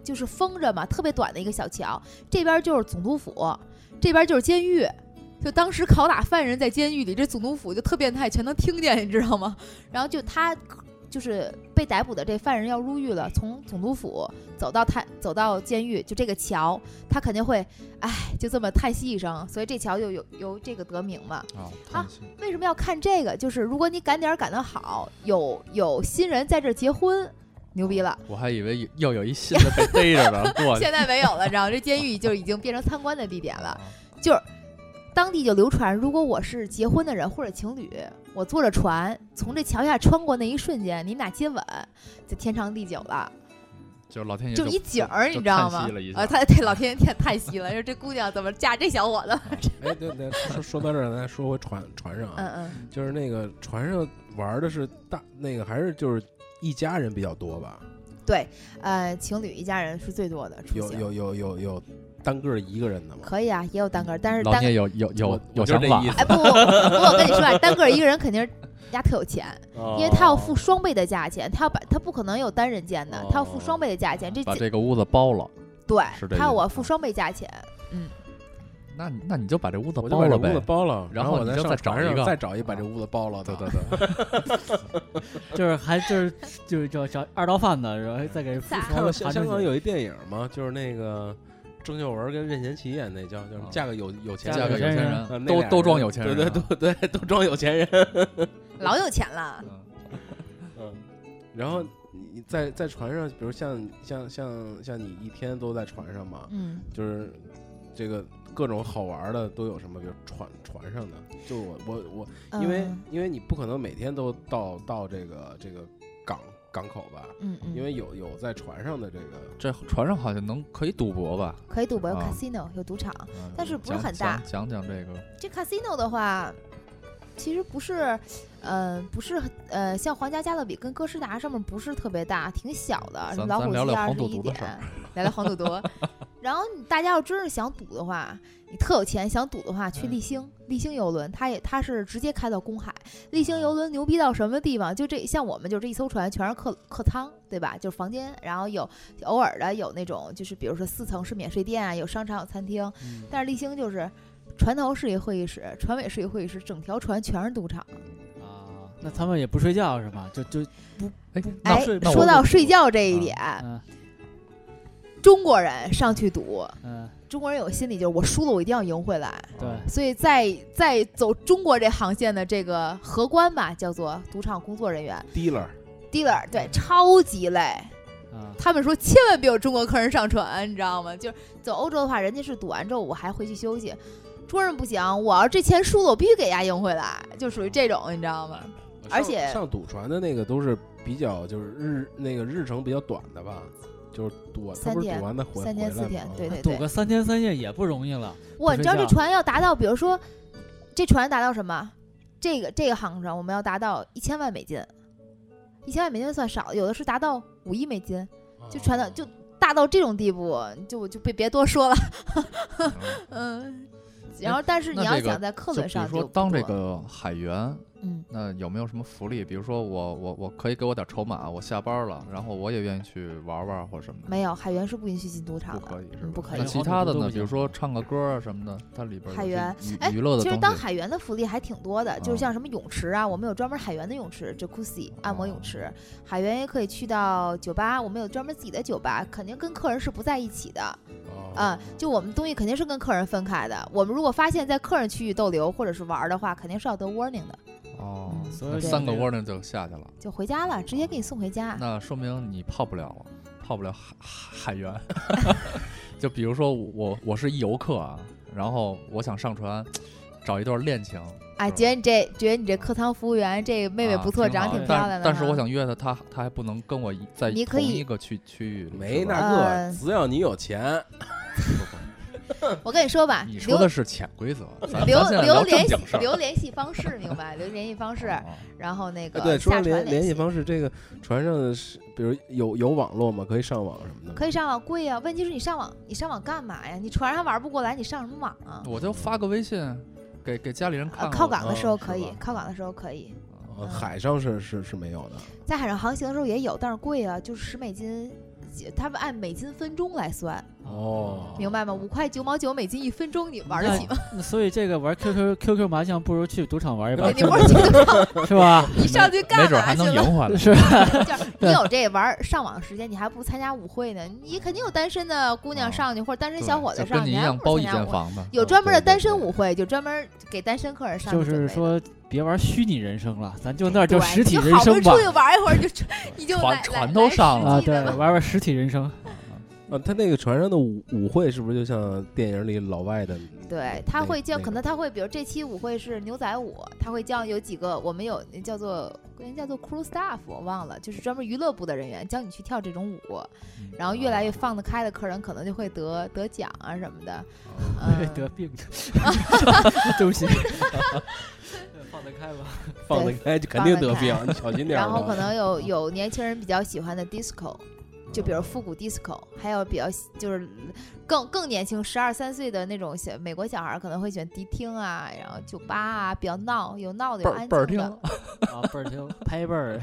Speaker 3: 就是封着嘛，特别短的一个小桥。这边就是总督府，这边就是监狱。就当时拷打犯人在监狱里，这总督府就特变态，全能听见，你知道吗？然后就他就是被逮捕的这犯人要入狱了，从总督府走到探走到监狱，就这个桥，他肯定会，哎，就这么叹息一声，所以这桥就有由这个得名嘛。
Speaker 4: 啊，
Speaker 3: 啊
Speaker 4: 叹息
Speaker 3: 为什么要看这个？就是如果你赶点儿赶得好，有有新人在这儿结婚，牛逼了。
Speaker 4: 我还以为有要有一新的被逮着
Speaker 3: [laughs]
Speaker 4: 呢，过去
Speaker 3: 现在没有了，你知道这监狱就已经变成参观的地点了。
Speaker 4: 啊
Speaker 3: 当地就流传，如果我是结婚的人或者情侣，我坐着船从这桥下穿过那一瞬间，你们俩接吻，就天长地久了，
Speaker 4: 就老天爷
Speaker 3: 就一景儿，你知道吗
Speaker 4: 就叹息了一？下
Speaker 3: 啊，他对老天爷太叹息了，说这姑娘怎么嫁这小伙子？
Speaker 4: 嗯
Speaker 2: 哎，对对，说说到这儿，咱说回船船上啊，
Speaker 3: [laughs] 嗯嗯，
Speaker 2: 就是那个船上玩的是大那个，还是就是一家人比较多吧？
Speaker 3: 呃，情侣一家人是最多的出
Speaker 2: 有
Speaker 3: 行，
Speaker 2: 有有有有单个儿一个人的吗？
Speaker 3: 可以啊，也有单个儿，但是
Speaker 4: 老
Speaker 3: 单
Speaker 4: 聂有有有
Speaker 2: 我
Speaker 4: 有
Speaker 2: 我就
Speaker 4: 想
Speaker 2: 是这
Speaker 4: 法
Speaker 2: 意，思
Speaker 3: 哎不，不不我跟你说啊，单个儿一个人肯定是家特有钱，
Speaker 4: 哦
Speaker 3: 因为他
Speaker 2: 哦
Speaker 3: 要付双倍的价钱，他要把他不可能有单人间的，他要付双倍的价钱，这
Speaker 4: 哦把这个屋子包了，
Speaker 3: 对
Speaker 4: 是这，
Speaker 3: 他要
Speaker 4: 意思
Speaker 3: 我
Speaker 4: 啊
Speaker 3: 付双倍价钱，嗯。
Speaker 4: 那你那你就把这屋子
Speaker 2: 我就
Speaker 4: 包
Speaker 2: 把这
Speaker 4: 了
Speaker 2: 屋子
Speaker 4: 呗，
Speaker 2: 包了，
Speaker 4: 然
Speaker 2: 然
Speaker 4: 后
Speaker 2: 我
Speaker 4: 你
Speaker 2: 再
Speaker 4: 就
Speaker 2: 上
Speaker 4: 再找
Speaker 2: 船
Speaker 4: 一
Speaker 2: 上
Speaker 4: 个
Speaker 2: 再找一把这屋子包了的。
Speaker 4: 对对对，
Speaker 1: 就是还就是就是找找二道贩子，然后再给付
Speaker 3: 咋
Speaker 2: 看
Speaker 1: 出
Speaker 2: 过
Speaker 1: 去
Speaker 2: 香香港有一电影吗？就是那个郑秀文跟任贤齐演那叫叫什么？
Speaker 4: 啊
Speaker 2: 嫁个有有钱
Speaker 1: 嫁
Speaker 4: 嫁
Speaker 1: 个
Speaker 4: 给
Speaker 2: 人
Speaker 4: 有钱人，
Speaker 2: 呃那
Speaker 4: 都
Speaker 2: 俩
Speaker 4: 都装
Speaker 2: 人
Speaker 4: 有钱人
Speaker 2: 对
Speaker 4: 啊，
Speaker 2: 对对对，都装有钱人。
Speaker 3: 老有钱了，
Speaker 4: 嗯
Speaker 2: 嗯，然后你在在船上，比如像像像像你一天都在船上嘛，
Speaker 3: 嗯，
Speaker 2: 就是这个各种好玩的都有什么？比如船船上的，就我我我，因为、
Speaker 3: 嗯
Speaker 2: 因为你不可能每天都到到这个这个港港口吧，
Speaker 3: 嗯嗯，
Speaker 2: 因为有有在船上的这个。
Speaker 4: 这船上好像能可以赌博吧？
Speaker 3: 可以赌博，有
Speaker 4: 啊
Speaker 3: casino 有赌场。
Speaker 4: 嗯
Speaker 3: 但是不是
Speaker 4: 讲
Speaker 3: 很大
Speaker 4: 讲讲讲这个，
Speaker 3: 这 casino 的话，其实不是，呃，不是很呃，像皇家加勒比跟哥诗达上面不是特别大，挺小的，什么
Speaker 4: 咱
Speaker 3: 老
Speaker 4: 咱
Speaker 3: 虎
Speaker 4: 聊
Speaker 3: 机
Speaker 4: 聊
Speaker 3: 二
Speaker 4: 黄
Speaker 3: 十
Speaker 4: 赌
Speaker 3: 一
Speaker 4: 毒的
Speaker 3: 点
Speaker 4: 事儿，
Speaker 3: 聊聊黄赌毒。 [laughs] 然后你大家要真是想赌的话，你特有钱想赌的话，去
Speaker 2: 嗯
Speaker 3: 丽星，丽星游轮，它也它是直接开到公海。丽星游轮牛逼到什么地方？就这像我们就这一艘船全是客客舱，对吧？就是房间，然后有偶尔的有那种就是比如说四层是免税店啊，有商场有餐厅，
Speaker 1: 嗯
Speaker 3: 但是丽星就是。船头是一会议室，船尾是一会议室，整条船全是赌场。
Speaker 1: 啊？那他们也不睡觉是吧？就就
Speaker 4: 哎，那
Speaker 3: 哎
Speaker 1: 睡，那我
Speaker 3: 说到睡觉这一点，
Speaker 4: 啊
Speaker 1: 嗯
Speaker 3: 中国人上去赌，
Speaker 2: 啊
Speaker 1: 嗯，
Speaker 3: 中国人有心理就是我输了我一定要赢回来，
Speaker 1: 对，
Speaker 3: 所以在在走中国这航线的这个荷官吧，叫做赌场工作人员
Speaker 2: dealer，
Speaker 3: dealer，对，超级累。
Speaker 1: 啊
Speaker 3: 他们说千万别有中国客人上船，你知道吗？就是走欧洲的话，人家是赌完之后我还回去休息，中国人不行，我要这钱输了，我必须给家赢回来，就属于这种，你知道吗？而
Speaker 2: 呃上
Speaker 3: 且
Speaker 2: 上赌船的那个都是比较就是日那个日程比较短的吧，就是赌完他
Speaker 3: 三
Speaker 2: 不是
Speaker 3: 天
Speaker 2: 赌完他回
Speaker 3: 三天
Speaker 2: 回来
Speaker 3: 四天
Speaker 2: 吗
Speaker 4: 啊 [laughs]
Speaker 3: 对对
Speaker 1: 赌个三天三夜也不容易了。
Speaker 3: 哇，
Speaker 1: 不睡
Speaker 3: 你知道这
Speaker 1: 觉
Speaker 3: 船要达到，比如说这船达到什么？这个这个航程我们要达到一千万美金，一千万美金算少，有的是达到五亿美金，就传到就
Speaker 4: 哦
Speaker 3: 大到这种地步，就就别别多说了， [laughs]
Speaker 4: 嗯
Speaker 3: 嗯。然后，但是
Speaker 4: 那
Speaker 3: 你要
Speaker 4: 这个
Speaker 3: 想在客
Speaker 4: 就
Speaker 3: 轮
Speaker 4: 比
Speaker 3: 上
Speaker 4: 如
Speaker 3: 就
Speaker 4: 说
Speaker 3: 不
Speaker 4: 当这
Speaker 3: 多了，
Speaker 4: 个海员，
Speaker 3: 嗯，
Speaker 4: 那有没有什么福利？比如说我我我可以给我点筹码，我下班了，然后我也愿意去玩玩或什么的，
Speaker 3: 没有海员是不允许进赌场
Speaker 4: 不
Speaker 3: 的
Speaker 4: 可以，是
Speaker 3: 嗯，
Speaker 4: 吧？
Speaker 3: 不可以
Speaker 4: 那。其他的
Speaker 1: 都
Speaker 4: 呢？
Speaker 1: 不
Speaker 4: 比如
Speaker 1: 行
Speaker 4: 说唱个歌啊什么的，它里边
Speaker 3: 海
Speaker 4: 有些
Speaker 3: 员
Speaker 4: 娱
Speaker 3: 哎
Speaker 4: 娱乐的
Speaker 3: 其
Speaker 4: 东
Speaker 3: 实
Speaker 4: 西。
Speaker 3: 当海员的福利还挺多的，就是
Speaker 4: 啊
Speaker 3: 像什么泳池啊，我们有专门海员的泳池，jacuzzi 按摩
Speaker 4: 哦
Speaker 3: 泳池，海员也可以去到酒吧，我们有专门自己的酒吧，肯定跟客人是不在一起的，
Speaker 2: 哦
Speaker 3: 啊，就我们东西肯定是跟客人分开的。我们如果发现在客人区域逗留或者是玩儿的话，肯定是要得 warning 的，
Speaker 4: 哦
Speaker 3: 嗯，
Speaker 1: 所
Speaker 4: 那
Speaker 1: 以
Speaker 4: 三个
Speaker 1: 这个
Speaker 4: warning 就下去了，
Speaker 3: 就回家了，直接给你送回家。
Speaker 4: 那说明你泡不了了，泡不了海海员。 [laughs] 就比如说我我是一游客啊，然后我想上船找一段恋情，
Speaker 3: 哎，觉得你这觉得你这客舱服务员这妹妹
Speaker 4: 啊
Speaker 3: 不错，
Speaker 4: 挺
Speaker 3: 长
Speaker 4: 好
Speaker 3: 得挺
Speaker 4: 的
Speaker 3: 漂
Speaker 4: 但
Speaker 3: 亮的哈。
Speaker 4: 但是我想约她，她她还不能跟我一在
Speaker 3: 你可
Speaker 4: 同
Speaker 3: 以
Speaker 4: 一个区区域里，
Speaker 3: 嗯
Speaker 2: 没
Speaker 4: 是吧
Speaker 2: 那个，
Speaker 3: 呃
Speaker 2: 只要你有钱，
Speaker 3: 我跟你说吧，
Speaker 4: 你说
Speaker 3: 留
Speaker 4: 的是潜规则，
Speaker 3: [laughs]
Speaker 4: 咱
Speaker 3: 留
Speaker 4: 咱现在
Speaker 3: 留
Speaker 4: 聊正
Speaker 3: 联系
Speaker 4: 经事儿。
Speaker 3: 留联系方式，明白？留联系方式，
Speaker 4: 啊
Speaker 3: 然后那个
Speaker 2: 呃对，除
Speaker 3: 下
Speaker 2: 了
Speaker 3: 传
Speaker 2: 联联
Speaker 3: 系
Speaker 2: 系方式，这个船上的是，比如有有网络吗？可以上网什么的吗？
Speaker 3: 可以上网贵呀、问题是你上网，你上网干嘛呀？你船上玩不过来，你上什么网啊？
Speaker 4: 我就发个微信给给家里人看
Speaker 3: 呃，
Speaker 4: 看。
Speaker 3: 靠港的时候
Speaker 4: 嗯
Speaker 3: 可以
Speaker 4: 是，吧
Speaker 3: 靠港的时候可以，
Speaker 2: 呃
Speaker 3: 嗯
Speaker 2: 海上是是是没有的。
Speaker 3: 在海上航行的时候也有，但是贵啊，就是十美金，他们按美金分钟来算，
Speaker 2: 哦
Speaker 3: 明白吗？五块九毛九美金一分钟，你玩得起吗？
Speaker 1: 那所以这个玩 QQ QQ 麻将不如去赌场玩一把
Speaker 3: 对，，你不是觉
Speaker 4: [laughs]
Speaker 3: 得 [laughs]
Speaker 1: 是吧？
Speaker 3: 你上去干
Speaker 4: 没准
Speaker 3: 嘛
Speaker 4: 还
Speaker 3: 去了？
Speaker 4: 能
Speaker 3: [laughs]
Speaker 4: 赢 [laughs] 回来。
Speaker 1: 是
Speaker 3: 就是你有这玩儿上网的时间，你还不如参加舞会呢。你肯定有单身的姑娘
Speaker 4: 啊
Speaker 3: 上去，或者单身
Speaker 4: 对
Speaker 3: 小伙子
Speaker 4: 就
Speaker 3: 上
Speaker 4: 跟
Speaker 3: 去，
Speaker 4: 您
Speaker 3: 你
Speaker 4: 一
Speaker 3: 还
Speaker 4: 样
Speaker 3: 不
Speaker 4: 包
Speaker 3: 如
Speaker 4: 一
Speaker 3: 参加
Speaker 4: 间
Speaker 3: 舞会。
Speaker 4: 房
Speaker 1: 哦
Speaker 4: 子，
Speaker 3: 有专门的
Speaker 2: 对对
Speaker 3: 单身
Speaker 2: 对
Speaker 3: 舞会，就专门给单身客人上去
Speaker 1: 就
Speaker 3: 准备的。
Speaker 1: 是说别玩虚拟人生了，咱就那儿
Speaker 3: 对，
Speaker 1: 就实体
Speaker 3: 你
Speaker 1: 人
Speaker 3: 就好不容
Speaker 1: 生
Speaker 3: 易
Speaker 1: 吧
Speaker 3: 出。去玩一会儿，
Speaker 1: [laughs]
Speaker 3: 就你就
Speaker 4: 船
Speaker 3: 来
Speaker 4: 船
Speaker 3: 来
Speaker 4: 都
Speaker 3: 来
Speaker 4: 上了
Speaker 1: 啊，
Speaker 3: 实际
Speaker 1: 对，
Speaker 3: 的吧
Speaker 1: 玩玩实体人生，
Speaker 2: 啊，他那个船上的舞舞会是不是就像电影里老外的？
Speaker 3: 对，他会叫，
Speaker 2: 叫
Speaker 3: 可能他会，比如这期舞会是牛仔舞，他会叫有几个，我们有叫做人叫做 crew staff，我忘了，就是专门娱乐部的人员教你去跳这种舞，
Speaker 4: 嗯
Speaker 3: 然后越来
Speaker 1: 哦
Speaker 3: 越放得开的客人可能就会得得奖啊什么的，嗯，
Speaker 1: 哦 [laughs] 得病， [laughs] 对不起，放得开吧。
Speaker 2: 放得
Speaker 3: 对
Speaker 2: 开，就肯
Speaker 3: 放
Speaker 2: 定
Speaker 3: 得
Speaker 2: 得
Speaker 3: 开
Speaker 2: 病，你小心点儿
Speaker 3: 然
Speaker 2: 啊。
Speaker 3: 后可能
Speaker 4: 嗯
Speaker 3: 有有年轻人比较喜欢的 disco，就比如复古 disco，还有比较喜就是更更年轻十二三岁的那种小美国小孩儿可能会喜欢迪厅啊，然后酒吧啊，比较闹，有闹的有
Speaker 4: 倍儿
Speaker 3: 安
Speaker 4: 倍儿
Speaker 3: 静
Speaker 4: 听
Speaker 3: 的，
Speaker 1: 啊，倍儿听，拍倍 [laughs] 儿。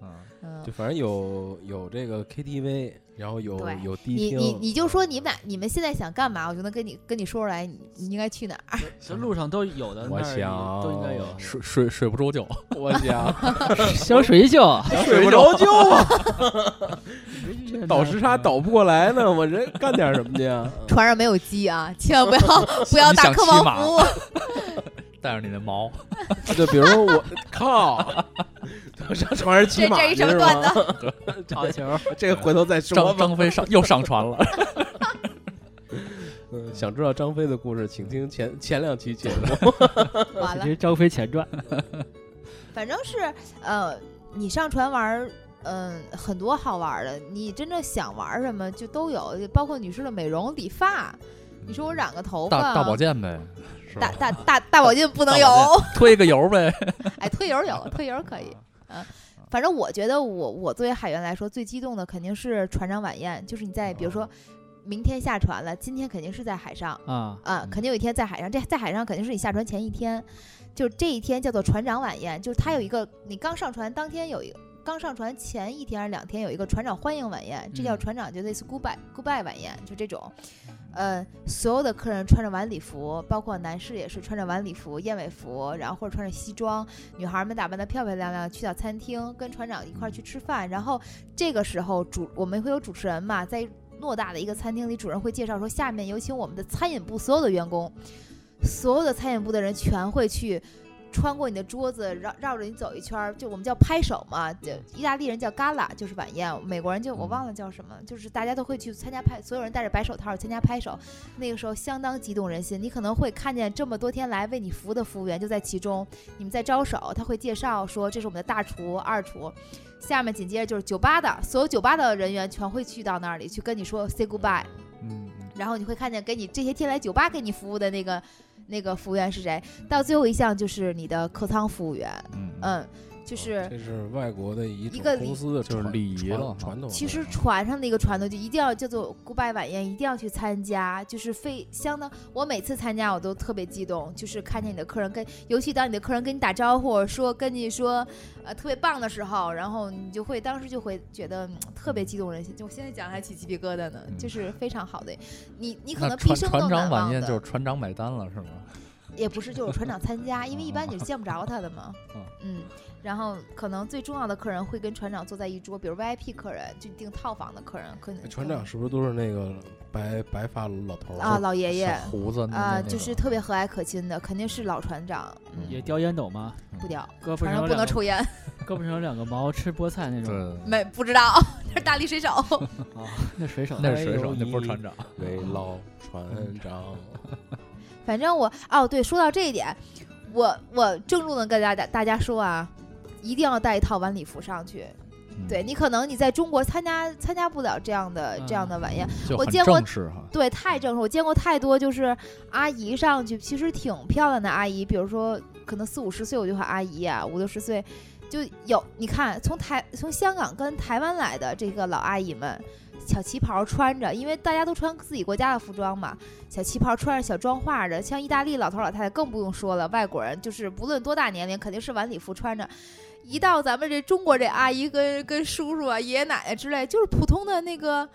Speaker 4: 嗯， [laughs]
Speaker 3: 嗯
Speaker 2: 就。反正有有这个 KTV，然后有
Speaker 3: 对
Speaker 2: 有迪
Speaker 3: 你
Speaker 2: 厅，
Speaker 3: 你你就说你们俩你们现在想干嘛，我就能跟你跟你说出来，你你应该去哪儿。
Speaker 1: 其实路上都有的，
Speaker 2: 我
Speaker 1: 那儿
Speaker 2: 想
Speaker 1: 都应该有。
Speaker 4: 哦
Speaker 1: 啊 [laughs]
Speaker 4: 睡睡睡不着觉，
Speaker 2: 我
Speaker 3: [laughs]
Speaker 2: 想
Speaker 1: 想水一觉，
Speaker 2: 睡不着觉啊，
Speaker 1: [laughs]
Speaker 2: 倒时
Speaker 1: 时
Speaker 2: 差倒不过来呢，我这干点什么去 [laughs] 啊？
Speaker 3: 船上没有鸡啊，千万不
Speaker 4: [laughs]
Speaker 3: 要不要
Speaker 4: 嗯你
Speaker 3: 打
Speaker 4: 想
Speaker 3: 客
Speaker 4: 骑
Speaker 3: 房
Speaker 4: 马 [laughs]
Speaker 3: 服务。
Speaker 4: 带上你的毛，
Speaker 2: 就啊比如说 [laughs] 我靠，上船上骑
Speaker 3: 这
Speaker 2: 马
Speaker 3: 这
Speaker 2: 去
Speaker 3: 是什么
Speaker 2: 是
Speaker 3: 段
Speaker 2: 吗？
Speaker 3: 子？
Speaker 1: 打球，
Speaker 2: 这个回头再说
Speaker 4: 张
Speaker 2: 吧。
Speaker 4: 张飞上又上船了，
Speaker 2: 嗯想知道张飞的故事，请听前前两期节目。
Speaker 3: 完
Speaker 1: 这
Speaker 4: [laughs]
Speaker 3: 了，
Speaker 1: 是张飞前传。
Speaker 3: 反正是呃，你上船玩儿，嗯、很多好玩儿的。你真正想玩儿什么就都有，包括女士的美容、理发。你说我染个头发，
Speaker 4: 大大保健呗，是
Speaker 3: 大
Speaker 4: 吧？
Speaker 3: 大大大保健不能有
Speaker 4: 大，保 [laughs] 推个油呗，
Speaker 3: 哎，推油有，推油可以。
Speaker 4: 嗯
Speaker 3: 嗯反正我觉得我我作为海员来说，最激动的肯定是船长晚宴，就是你在比如
Speaker 4: 哦
Speaker 3: 说明天下船了，今天肯定是在海上
Speaker 1: 啊，
Speaker 3: 啊，肯定有一天在海上。这在海上肯定是你下船前一天，就这一天叫做船长晚宴，就是他有一个你刚上船当天有一个。刚上船前一天还是两天，有一个船长欢迎晚宴，这叫
Speaker 4: 嗯
Speaker 3: 船长就类似 goodbye goodbye 晚宴，就这种，呃，所有的客人穿着晚礼服，包括男士也是穿着晚礼服、燕尾服，然后或者穿着西装，女孩们打扮的漂漂亮亮，去到餐厅跟船长一块儿去吃饭。然后这个时候主我们会有主持人嘛，在偌大的一个餐厅里，主人会介绍说，下面有请我们的餐饮部所有的员工，所有的餐饮部的人全会去。穿过你的桌子，绕绕着你走一圈儿，就我们叫拍手嘛，就意大利人叫 gala，就是晚宴，美国人就我
Speaker 4: 嗯
Speaker 3: 忘了叫什么，就是大家都会去参加拍，所有人戴着白手套参加拍手，那个时候相当激动人心。你可能会看见这么多天来为你服务的服务员就在其中，你们在招手，他会介绍说这是我们的大厨、二厨，下面紧接着就是酒吧的所有酒吧的人员全会去到那里去跟你说 say goodbye，
Speaker 4: 嗯，嗯
Speaker 3: 然后你会看见给你这些天来酒吧给你服务的那个那个服务员是谁。到最后一项就是你的客舱服务员，
Speaker 4: 嗯嗯，
Speaker 3: 嗯，就是。
Speaker 2: 啊这是外国的一
Speaker 3: 一个
Speaker 2: 种
Speaker 3: 礼
Speaker 2: 公司的
Speaker 4: 就是
Speaker 2: 传
Speaker 4: 礼仪
Speaker 2: 传
Speaker 4: 了哈
Speaker 2: 传统。
Speaker 3: 其实船上的一个传统就一定要叫做 goodbye 晚宴，一定要去参加，就是非相当。我每次参加我都特别激动，就是看见你的客人跟，尤其当你的客人跟你打招呼说跟你说，呃特别棒的时候，然后你就会当时就会觉得嗯特别激动人心。就我现在讲还起鸡皮疙瘩呢，
Speaker 4: 嗯
Speaker 3: 就是非常好的。你你可
Speaker 4: 那
Speaker 3: 能毕
Speaker 4: 船
Speaker 3: 生
Speaker 4: 船
Speaker 3: 都
Speaker 4: 长
Speaker 3: 难
Speaker 4: 晚
Speaker 3: 忘
Speaker 4: 宴就是
Speaker 3: 的，
Speaker 4: 船长买单了是吗？
Speaker 3: 也不是就是船长参加，因为一般你是见不着他的嘛
Speaker 4: 嗯。
Speaker 3: 嗯，然后可能最重要的客人会跟船长坐在一桌，比如 VIP 客人，就订套房的客人，可能
Speaker 2: 哎船
Speaker 3: 可能
Speaker 2: 长是不是都是那个白白发老头儿
Speaker 3: 啊，老爷爷
Speaker 4: 小胡子那
Speaker 3: 啊，
Speaker 4: 嗯那
Speaker 3: 就是特别和蔼可亲的，肯定是老船长，
Speaker 1: 也
Speaker 3: 嗯，
Speaker 1: 叼烟斗吗？
Speaker 3: 不掉，
Speaker 1: 胳膊
Speaker 3: 船
Speaker 1: 上
Speaker 3: 上
Speaker 1: 有
Speaker 3: 不能
Speaker 1: 两个，
Speaker 3: 抽烟，
Speaker 1: 胳膊上有两个毛，吃菠菜那
Speaker 4: 那
Speaker 1: 种。
Speaker 4: 种对，
Speaker 3: 没不知道， [laughs] 那是大力水手，
Speaker 1: 啊，那水手，
Speaker 4: 那是水手，
Speaker 2: 哎
Speaker 4: 那
Speaker 2: 呦
Speaker 4: 不是船长，
Speaker 2: 为老船长。
Speaker 3: 反正我哦，对，说到这一点，我我郑重的跟大家大家说啊，一定要带一套晚礼服上去，
Speaker 4: 嗯
Speaker 3: 对你可能你在中国参加参加不了这样的、这样的晚宴，
Speaker 4: 就
Speaker 3: 我
Speaker 4: 很
Speaker 3: 见过
Speaker 4: 正式哈，
Speaker 3: 对，太正式。我见过太多，就是阿姨上去，其实挺漂亮的阿姨，比如说可能四五十岁，我就喊阿姨啊，五六十岁就有。你看，从台从香港跟台湾来的这个老阿姨们，小旗袍穿着，因为大家都穿自己国家的服装嘛，小旗袍穿着，小妆化着。像意大利老头老太太更不用说了，外国人就是不论多大年龄，肯定是晚礼服穿着。一到咱们这中国这阿姨跟跟叔叔啊、爷爷奶奶之类，就是普通的那个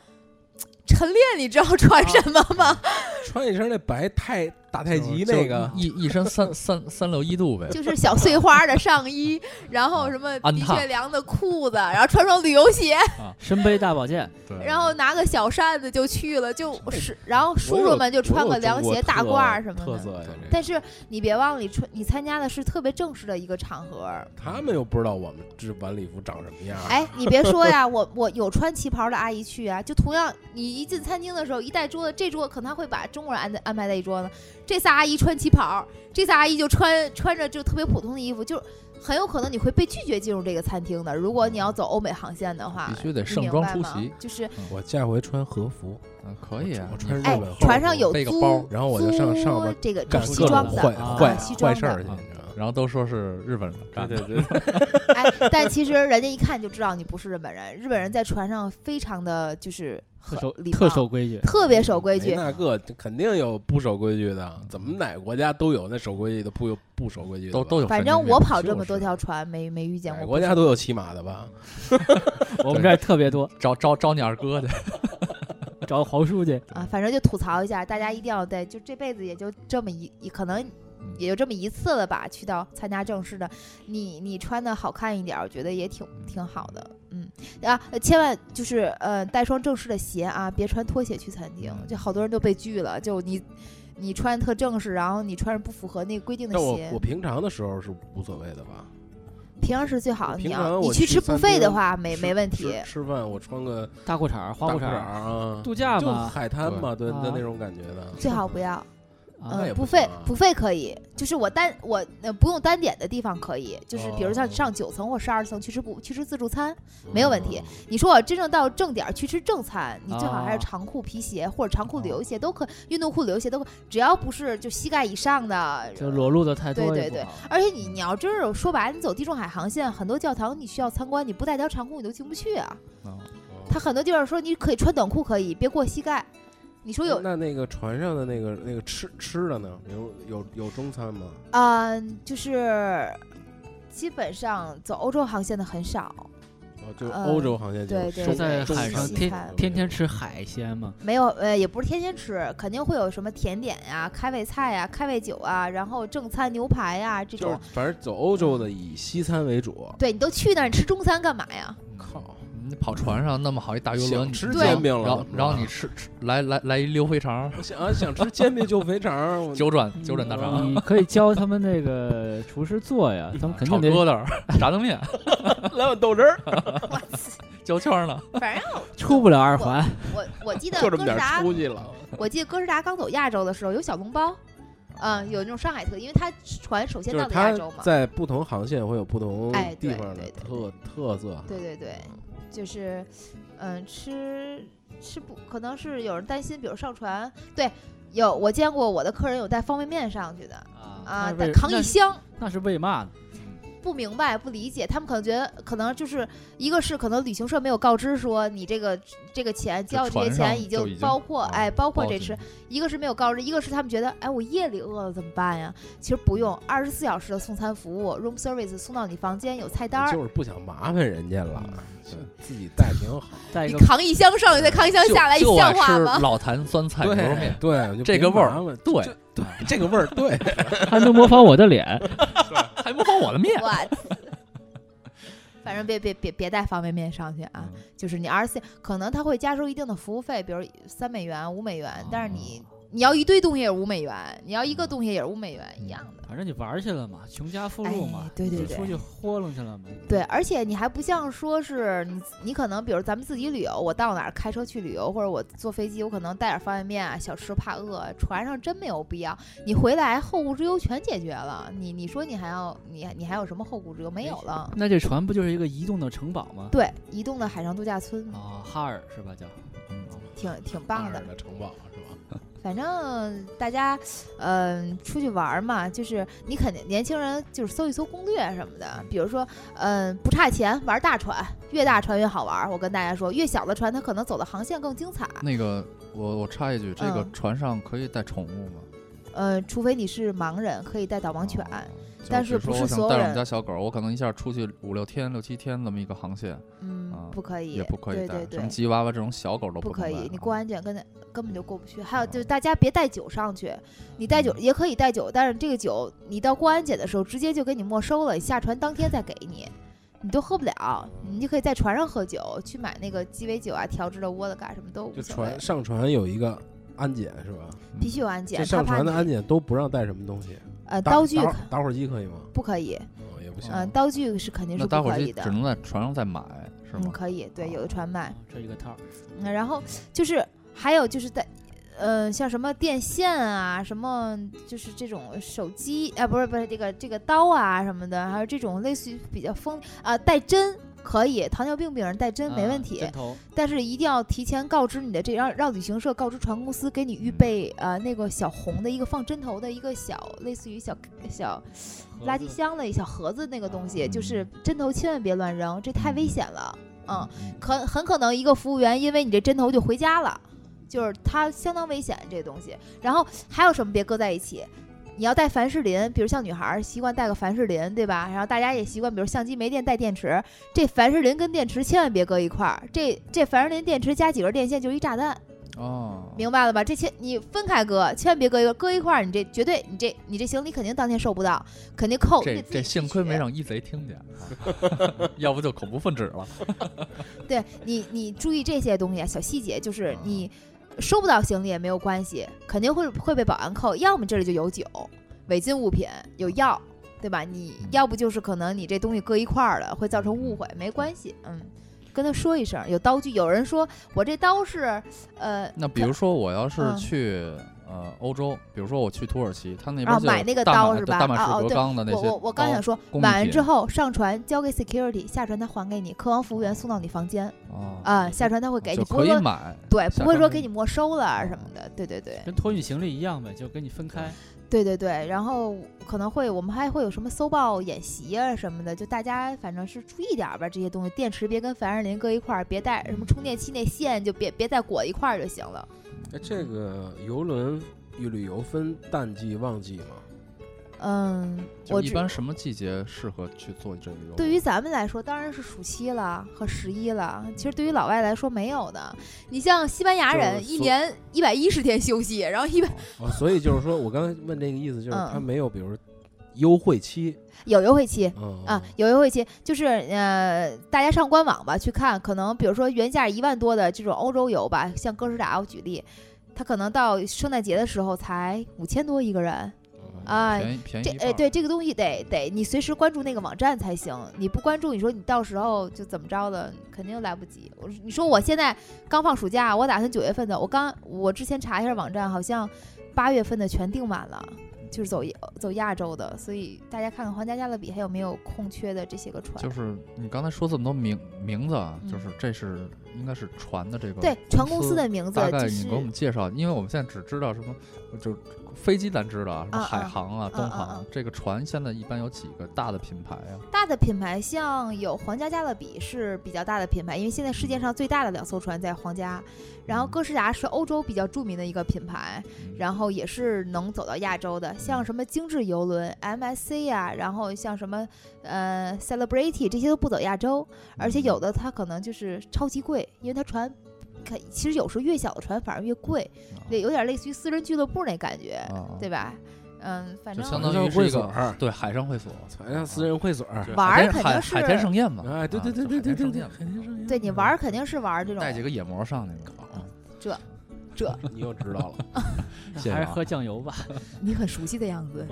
Speaker 3: 晨练，你知道穿什么吗？
Speaker 2: [laughs]
Speaker 3: [laughs]
Speaker 2: 穿一身那白太打太极
Speaker 4: 就
Speaker 2: 那个，
Speaker 4: 一一身三三三六一度呗，
Speaker 3: 就是小碎花的上衣，然
Speaker 2: 啊
Speaker 3: 后什么
Speaker 4: 安
Speaker 3: 的
Speaker 4: 踏
Speaker 3: 确良的裤子，然后穿双旅游鞋，
Speaker 1: 身背大宝剑，
Speaker 4: 对，
Speaker 3: 然后拿个小扇子就去了，就是然后叔
Speaker 2: 哎我有
Speaker 3: 叔们就穿
Speaker 2: 我
Speaker 3: 个
Speaker 2: 有
Speaker 3: 凉
Speaker 2: 中国
Speaker 3: 鞋、大
Speaker 2: 特
Speaker 3: 褂儿什么
Speaker 2: 特
Speaker 3: 的。
Speaker 2: 色呀，这个
Speaker 3: 但是你别忘了，你穿你参加的是特别正式的一个场合。
Speaker 2: 他们又不知道我们这晚礼服长什么样儿。
Speaker 3: 哎，你别说呀，我我有穿旗袍的阿姨去啊，就同样，你一进餐厅的时候，一带桌子，这桌可能还会把中国人安在安排在一桌呢。这仨阿姨穿旗袍，这仨阿姨就穿穿着就特别普通的衣服，就是很有可能你会被拒绝进入这个餐厅的。如果你要走欧美航线的话，
Speaker 4: 必须得
Speaker 3: 你
Speaker 4: 盛
Speaker 3: 明
Speaker 4: 装
Speaker 3: 白
Speaker 4: 出
Speaker 3: 吗
Speaker 4: 席
Speaker 3: 就是
Speaker 2: 我下回穿和服，
Speaker 4: 嗯，可以啊，
Speaker 2: 我穿日
Speaker 4: 你
Speaker 3: 哎
Speaker 2: 本和，服，
Speaker 3: 船上有
Speaker 4: 背个
Speaker 3: 租
Speaker 4: 包，
Speaker 2: 然后我就上上边
Speaker 3: 租这个
Speaker 2: 干
Speaker 3: 西
Speaker 2: 各
Speaker 3: 装
Speaker 2: 种
Speaker 3: 的
Speaker 2: 坏
Speaker 1: 啊
Speaker 2: 坏
Speaker 3: 西装
Speaker 2: 坏事
Speaker 3: 的
Speaker 2: 儿去，你知道吗？
Speaker 4: 嗯然后都说是日本人干的，
Speaker 2: 对对，
Speaker 3: 哎，但其实人家一看就知道你不是日本人。日本人在船上非常的就是
Speaker 1: 特
Speaker 3: 很
Speaker 1: 守
Speaker 3: 礼
Speaker 1: 特
Speaker 3: 貌
Speaker 1: 守
Speaker 3: [laughs]
Speaker 1: 规矩，
Speaker 3: 特别守规矩，
Speaker 2: 那个肯定有不守规矩的，怎么哪个国家都有那守规矩的，不有不守规矩的
Speaker 4: 都
Speaker 2: 吧
Speaker 4: 都有
Speaker 3: 反
Speaker 4: 神
Speaker 3: 正
Speaker 4: 经
Speaker 3: 我
Speaker 4: 病
Speaker 3: 跑这么
Speaker 2: 就是
Speaker 3: 多条船，没没遇见
Speaker 2: 哪个
Speaker 3: 过。
Speaker 2: 哎国家都有骑马的吧？
Speaker 1: 我们这儿特别多，
Speaker 4: 招招招你二哥去，
Speaker 1: 找黄书记，
Speaker 3: 啊，反正就吐槽一下，大家一定要在就这辈子也就这么一，一可能
Speaker 4: 嗯
Speaker 3: 也就这么一次了吧。去到参加正式的，你你穿的好看一点儿，我觉得也挺挺好的。嗯啊，呃千万就是呃带双正式的鞋啊，别穿拖鞋去餐厅，就好多人都被拒了。就你你穿特正式，然后你穿着不符合那个规定的
Speaker 2: 但我
Speaker 3: 鞋
Speaker 2: 我，平常的时候是无所谓的吧？
Speaker 3: 平常是最好。你
Speaker 2: 平
Speaker 3: 要
Speaker 2: 常
Speaker 3: 你
Speaker 2: 我
Speaker 3: 去
Speaker 2: 去
Speaker 3: 吃
Speaker 2: 餐
Speaker 3: 不费的
Speaker 2: 厅
Speaker 3: 话，没
Speaker 2: 吃
Speaker 3: 没问题。
Speaker 2: 吃吃饭我穿个
Speaker 1: 大裤衩儿、花
Speaker 2: 大
Speaker 1: 裤
Speaker 2: 衩
Speaker 1: 衩
Speaker 2: 儿
Speaker 1: 儿，
Speaker 2: 啊，
Speaker 1: 度假
Speaker 2: 就
Speaker 1: 嘛，
Speaker 2: 海滩嘛，对，
Speaker 1: 啊
Speaker 3: 嗯
Speaker 2: 就那种感觉的。
Speaker 3: 最好不要，
Speaker 1: 啊
Speaker 2: 那也
Speaker 3: 嗯，
Speaker 2: 不
Speaker 3: 不
Speaker 2: 行
Speaker 3: 费
Speaker 2: 啊
Speaker 3: 不费可以，就是我单我呃不用单点的地方可以，就是比如像
Speaker 2: 哦
Speaker 3: 上九层或十二层去吃不去吃自助餐，
Speaker 2: 嗯
Speaker 3: 没有问题。你说我真正到正点儿去吃正餐，你最好还
Speaker 1: 哦
Speaker 2: 啊
Speaker 3: 是长裤皮鞋或者长裤旅游
Speaker 1: 哦
Speaker 3: 鞋都可，运动裤旅游鞋都可，只要不是就膝盖以上的。
Speaker 1: 就裸露的太多
Speaker 3: 对
Speaker 1: 也
Speaker 3: 对
Speaker 1: 不
Speaker 3: 对
Speaker 1: 好
Speaker 3: 而且你你要真是说白了，你走地中海航线，很多教堂你需要参观，你不带条长裤你都进不去啊。
Speaker 2: 嗯
Speaker 3: 它很多地方说你可以穿短裤可以，别过膝盖。你说有
Speaker 2: 那那个船上的那个那个吃吃的呢？有有有中餐吗？
Speaker 3: 嗯，就是基本上走欧洲航线的很少，
Speaker 2: 哦，就是
Speaker 3: 呃
Speaker 2: 欧洲航线就
Speaker 3: 对
Speaker 2: 是
Speaker 3: 对
Speaker 1: 是
Speaker 2: 中
Speaker 1: 在
Speaker 2: 中
Speaker 1: 海
Speaker 2: 餐
Speaker 1: 上
Speaker 3: 西
Speaker 1: 天
Speaker 3: 餐
Speaker 1: 天天吃海鲜嘛，
Speaker 3: 没有呃，也不是天天吃，肯定会有什么甜点呀、开胃菜呀、开胃酒啊，然后正餐牛排呀
Speaker 2: 就
Speaker 3: 这
Speaker 2: 是
Speaker 3: 种。
Speaker 2: 反正走欧洲的以西餐为主。
Speaker 3: 对你都去那儿你吃中餐干嘛
Speaker 2: [laughs]
Speaker 3: 呀？
Speaker 2: 靠，
Speaker 4: 你跑船上那么好一大游轮，
Speaker 2: 想
Speaker 4: 你
Speaker 2: 吃
Speaker 4: 然
Speaker 3: 煎
Speaker 4: 后
Speaker 2: 饼了
Speaker 4: 然
Speaker 2: 是
Speaker 4: 后
Speaker 2: 吧
Speaker 4: 然后你吃吃来来来一溜肥肠，
Speaker 3: 嗯
Speaker 2: 我想啊想吃煎饼就肥肠儿，我
Speaker 4: 九转九转大肠，
Speaker 1: [laughs]
Speaker 2: 嗯
Speaker 1: 你可以教他们那个厨师做呀，他们肯
Speaker 4: 炒
Speaker 1: 定得
Speaker 4: 疙瘩，炸酱面，
Speaker 2: 来碗豆汁儿，
Speaker 3: 我
Speaker 4: [laughs] 焦圈呢，
Speaker 3: 反正
Speaker 1: 出不了二环，
Speaker 3: 我我记得
Speaker 2: 就这
Speaker 3: 哥
Speaker 2: 么
Speaker 3: 斯
Speaker 2: 点儿
Speaker 3: 达，
Speaker 2: 出息了。
Speaker 3: 我记得哥斯达刚走亚洲的时候有小笼包，嗯，有那种上海特，因为它船首先
Speaker 2: 就
Speaker 3: 到
Speaker 2: 是
Speaker 3: 的亚
Speaker 2: 它
Speaker 3: 洲嘛。
Speaker 2: 在不同航线会有不同
Speaker 3: 哎
Speaker 2: 地
Speaker 3: 对
Speaker 2: 方的
Speaker 3: 对对
Speaker 2: 特特色。
Speaker 3: 对对对，就是，嗯，吃吃不可能是有人担心，比如上船，对，有我见过我的客人有带方便面上去的
Speaker 4: 哦
Speaker 3: 啊，
Speaker 1: 那
Speaker 3: 带
Speaker 1: 是
Speaker 3: 扛
Speaker 1: 那
Speaker 3: 一
Speaker 1: 是
Speaker 3: 箱，
Speaker 1: 那是为嘛呢？
Speaker 3: 不明白不理解，他们可能觉得可能就是一个是可能旅行社没有告知说你这个这个钱交的这些
Speaker 4: 船上
Speaker 3: 钱已
Speaker 4: 就已
Speaker 3: 经
Speaker 4: 经
Speaker 3: 包括
Speaker 4: 啊
Speaker 3: 哎包括
Speaker 4: 包
Speaker 3: 这
Speaker 4: 进
Speaker 3: 吃，一个是没有告知，一个是他们觉得哎我夜里饿了怎么办呀？其实不用，二十四小时的送餐服务，room service 送到你房间有菜单儿。
Speaker 2: 就是不想麻烦人家
Speaker 3: 嗯
Speaker 1: 嗯 [laughs]
Speaker 2: 了，就自己带挺好。
Speaker 1: 再一
Speaker 3: 你
Speaker 1: 个，
Speaker 3: 扛一箱上去，再扛一箱
Speaker 4: 就
Speaker 3: 下来，你
Speaker 4: 就
Speaker 3: 像
Speaker 4: 爱
Speaker 3: 话
Speaker 4: 吃 [laughs]
Speaker 3: 吗？
Speaker 4: 老坛酸菜牛肉面，
Speaker 2: 对，就
Speaker 4: 这
Speaker 2: 别
Speaker 4: 个味儿
Speaker 2: 麻烦
Speaker 4: 对
Speaker 2: 就对， [laughs] 这个味儿对。
Speaker 1: 还能模仿我的脸，
Speaker 4: 还模仿我的 [laughs] 面，
Speaker 3: [laughs] 我，反正别别别别带方便面上去 [laughs]
Speaker 1: 嗯
Speaker 3: 啊！就是你二十四，可能他会加收一定的服务费，比如三美元、五美元，但是你你要一堆东西也是五美元，你要一个东西也是五
Speaker 1: 嗯
Speaker 3: 美元，一样的。
Speaker 1: 反正你玩儿去了嘛，穷家富路嘛，
Speaker 3: 哎对对
Speaker 1: 你
Speaker 3: 对
Speaker 1: 出去豁楞去了嘛，
Speaker 3: 对，而且你还不像说是你你可能比如咱们自己旅游，我到哪儿开车去旅游，或者我坐飞机，我可能带点方便面啊、小吃，怕饿。船上真没有必要，你回来后顾之忧全解决了。你你说你还要你你还有什么后顾之忧没有了？
Speaker 1: 那这船不就是一个移动的城堡吗？
Speaker 3: 对，移动的海上度假村
Speaker 1: 啊，哈尔是吧？叫
Speaker 3: 挺挺棒
Speaker 2: 哈
Speaker 3: 的
Speaker 4: 嗯
Speaker 2: 尔。的城堡是吧？
Speaker 3: 反正大家，嗯、出去玩儿嘛，就是你肯定年轻人就是搜一搜攻略什么的，比如说，嗯、不差钱玩大船，越大船越好玩儿。我跟大家说，越小的船它可能走的航线更精彩。
Speaker 4: 那个，我我插一句，这个
Speaker 3: 嗯
Speaker 4: 船上可以带宠物吗？
Speaker 3: 呃，除非你是盲人，可以带导盲犬。
Speaker 4: 哦就
Speaker 3: 但
Speaker 4: 比如
Speaker 3: 是不
Speaker 4: 说
Speaker 3: 是
Speaker 4: 我
Speaker 3: 所
Speaker 4: 想
Speaker 3: 有
Speaker 4: 带着我
Speaker 3: 人
Speaker 4: 们家小狗，我可能一下出去五六天、六七天这么一个航线，
Speaker 3: 嗯
Speaker 4: 啊，
Speaker 3: 不可以，
Speaker 4: 也不可以
Speaker 3: 对对
Speaker 4: 带什么
Speaker 3: 对，
Speaker 4: 吉娃娃这种小狗都
Speaker 3: 不
Speaker 4: 能
Speaker 3: 可
Speaker 4: 带
Speaker 3: 以，你
Speaker 4: 啊
Speaker 3: 过安检根本根本就过不去。
Speaker 2: 哦
Speaker 3: 还有就是
Speaker 4: 嗯
Speaker 3: 大家别带酒上去，你带酒
Speaker 4: 嗯
Speaker 3: 也可以带酒，但是这个酒你到过安检的时候直接就给你没收了，下船当天再给你，你都喝不了，你就可以在船上喝酒，去买那个鸡尾酒啊、调制的窝子嘎什么都无
Speaker 2: 就
Speaker 3: 所谓
Speaker 2: 船，上船有一个安检是吧？
Speaker 4: 嗯
Speaker 3: 必须有安检
Speaker 2: 这，
Speaker 3: 他
Speaker 2: 上
Speaker 3: 怕
Speaker 2: 船的安
Speaker 3: 你
Speaker 2: 检都不让带什么东西，
Speaker 3: 呃
Speaker 2: 打
Speaker 3: 刀具
Speaker 2: 打
Speaker 3: 可
Speaker 2: 火打火机可以吗？
Speaker 3: 不可以，
Speaker 2: 哦，也不行
Speaker 4: 啊。
Speaker 3: 嗯，刀具是肯定
Speaker 4: 那
Speaker 3: 是
Speaker 4: 待
Speaker 3: 不
Speaker 4: 会
Speaker 3: 可
Speaker 4: 儿
Speaker 3: 以
Speaker 4: 就
Speaker 3: 的
Speaker 4: 只，能在船上再买，是
Speaker 3: 嗯，
Speaker 4: 吗？
Speaker 3: 可以，
Speaker 2: 哦
Speaker 3: 对，有的船卖。
Speaker 1: 哦这一个套儿，
Speaker 3: 嗯，然后就是还有就是在，呃，像什么电线啊，什么就是这种手机，啊，不是不是这个这个刀啊什么的，还有这种类似于比较疯啊、带针可以，糖尿病病人带针没问
Speaker 1: 啊
Speaker 3: 题，
Speaker 1: 针头
Speaker 3: 但是一定要提前告知你的这让让旅行社告知船公司给你预
Speaker 4: 嗯
Speaker 3: 备呃那个小红的一个放针头的一个小类似于小小
Speaker 1: 盒
Speaker 3: 垃
Speaker 1: 子啊
Speaker 3: 圾箱的一小盒子那个东西，就
Speaker 4: 嗯
Speaker 3: 是针头千万别乱扔，这太危险了，嗯。
Speaker 4: 嗯，
Speaker 3: 很很可能一个服务员因为你这针头就回家了，就是它相当危险这东西。然后还有什么别搁在一起？你要带凡士林，比如像女孩儿习惯带个凡士林，对吧？然后大家也习惯，比如相机没电带电池，这凡士林跟电池千万别搁一块儿。这这凡士林电池加几根电线就是一炸弹，
Speaker 4: 哦，
Speaker 3: 明白了吧？这千你分开搁，千万别搁一个，搁一块儿你这绝对你这你这行李肯定当天收不到，肯定扣。
Speaker 4: 这
Speaker 3: 你自己
Speaker 4: 这幸亏没
Speaker 3: 取啊
Speaker 4: 让一贼
Speaker 3: [laughs]
Speaker 4: 听见，要不就恐怖分子了。
Speaker 3: 对你，你注意这些东西啊，小细节，就是
Speaker 4: 啊
Speaker 3: 你收不到行李也没有关系，肯定会会被保安扣，要么这里就有酒、违禁物品、有药，对吧？你
Speaker 4: 嗯
Speaker 3: 要不就是可能你这东西搁一块儿了，会造成误会，没关系，嗯，跟他说一声。有刀具，有人说我这刀是，呃，
Speaker 4: 那比如说我要是
Speaker 3: 嗯
Speaker 4: 去呃欧洲，比如说我去土耳其，他那
Speaker 3: 啊
Speaker 4: 边就有
Speaker 3: 买那个
Speaker 4: 大
Speaker 3: 刀
Speaker 4: 满
Speaker 3: 是
Speaker 4: 对
Speaker 3: 吧
Speaker 4: 大满
Speaker 3: 啊哦
Speaker 4: 数格
Speaker 3: 对
Speaker 4: 钢的那
Speaker 3: 我
Speaker 4: 些
Speaker 3: 我我刚
Speaker 4: 刀
Speaker 3: 想说，
Speaker 4: 工
Speaker 3: 买
Speaker 4: 艺
Speaker 3: 完
Speaker 4: 品
Speaker 3: 之后上传交给 security，下船他还给你，客房服务员送到你房间
Speaker 4: 哦
Speaker 3: 啊、下船他会给
Speaker 4: 就
Speaker 3: 你，不会
Speaker 4: 可以
Speaker 3: 说
Speaker 4: 买，
Speaker 3: 对，
Speaker 4: 下
Speaker 3: 不会
Speaker 4: 船
Speaker 3: 说
Speaker 4: 给
Speaker 3: 给
Speaker 4: 你
Speaker 3: 你没收了啊什么的，对对对。
Speaker 1: 跟托运行李一样呗，就给你分开。
Speaker 3: 对对对，然后可能会我们还会有什么搜爆演习啊什么的，就大家反正是注意点儿吧，这些东西电池别跟凡士林搁一块儿，别带什么充电器那线就别别再裹一块儿就行了。
Speaker 2: 哎，这个游轮与旅游分淡季旺季吗？
Speaker 3: 嗯，
Speaker 4: 就
Speaker 3: 我
Speaker 4: 一
Speaker 3: 只
Speaker 4: 般什么季节适合去做这个游？
Speaker 3: 对于咱们来说当然是暑期了和十一了，其实对于老外来说没有的。你像西班牙
Speaker 2: 就是
Speaker 3: 人一
Speaker 2: 所
Speaker 3: 年一百一十天休息，然后一百
Speaker 2: 哦，所以就是说我刚才问这个意思，就是
Speaker 3: 嗯
Speaker 2: 它没有，比如优惠期，
Speaker 3: 有优惠期，
Speaker 2: 嗯
Speaker 3: 啊，有优惠期，就是呃，大家上官网吧去看，可能比如说原价一万多的这种欧洲游吧，像哥斯达，我举例，它可能到圣诞节的时候才五千多一个人。啊
Speaker 4: 呃便宜便宜
Speaker 3: 这
Speaker 4: 一半
Speaker 3: 哎，
Speaker 4: 儿
Speaker 3: 对，这个东西得得你随时关注那个网站才行，你不关注，你说你到时候就怎么着的，肯定来不及。我你说我现在刚放暑假，我打算九月份的，我刚我之前查一下网站，好像八月份的全订满了。就是走走亚洲的，所以大家看看皇家加勒比还有没有空缺的这些个船。
Speaker 4: 就是你刚才说这么多名名字啊，就
Speaker 3: 嗯
Speaker 4: 是这是应该是船的这个
Speaker 3: 对，船公司的名字
Speaker 4: 大概
Speaker 3: 就
Speaker 4: 你
Speaker 3: 是
Speaker 4: 给我们介绍，因为我们现在只知道什么，就飞机咱知道啊，什么
Speaker 3: 啊
Speaker 4: 海
Speaker 3: 啊
Speaker 4: 航啊、东
Speaker 3: 啊
Speaker 4: 航
Speaker 3: 啊
Speaker 4: 这个船现在一般有几个大的品牌啊？
Speaker 3: 大的品牌，像有皇家加勒比是比较大的品牌，因为现在世界上最大的两艘船在皇家，然后哥斯达是欧洲比较著名的一个品牌，
Speaker 4: 嗯
Speaker 3: 然后也是能走到亚洲的，像什么精致游轮 MSC 啊，然后像什么呃 Celebrity 这些都不走亚洲，而且有的它可能就是超级贵，因为它船。可其实有时候越小的船反而越贵，有点类似于私人俱乐部那感觉，
Speaker 4: 嗯啊啊
Speaker 3: 对吧？嗯，反
Speaker 4: 就
Speaker 3: 正
Speaker 4: 相当
Speaker 2: 像
Speaker 4: 于是
Speaker 2: 会
Speaker 4: 一
Speaker 2: 所
Speaker 4: 个
Speaker 2: 儿
Speaker 4: 对海上会所，
Speaker 2: 船上私人会所儿，
Speaker 4: 对
Speaker 3: 玩儿
Speaker 4: 海天
Speaker 3: 肯定
Speaker 4: 海
Speaker 3: 是
Speaker 4: 海天盛宴嘛。
Speaker 2: 哎，对
Speaker 4: 啊
Speaker 2: 对对
Speaker 4: 就
Speaker 2: 对
Speaker 4: 海
Speaker 2: 对对
Speaker 4: 天盛
Speaker 2: 对，
Speaker 4: 宴嘛
Speaker 2: 肯定是
Speaker 3: 对你玩儿肯定是玩儿这种
Speaker 4: 带几个野模上去嘛。
Speaker 3: 这
Speaker 4: [laughs]
Speaker 3: 这
Speaker 2: 你又知道了。
Speaker 1: 那
Speaker 2: 嗯
Speaker 4: 谢谢
Speaker 1: 还是
Speaker 4: 啊
Speaker 1: 喝酱油吧，
Speaker 3: 你很熟悉的样子。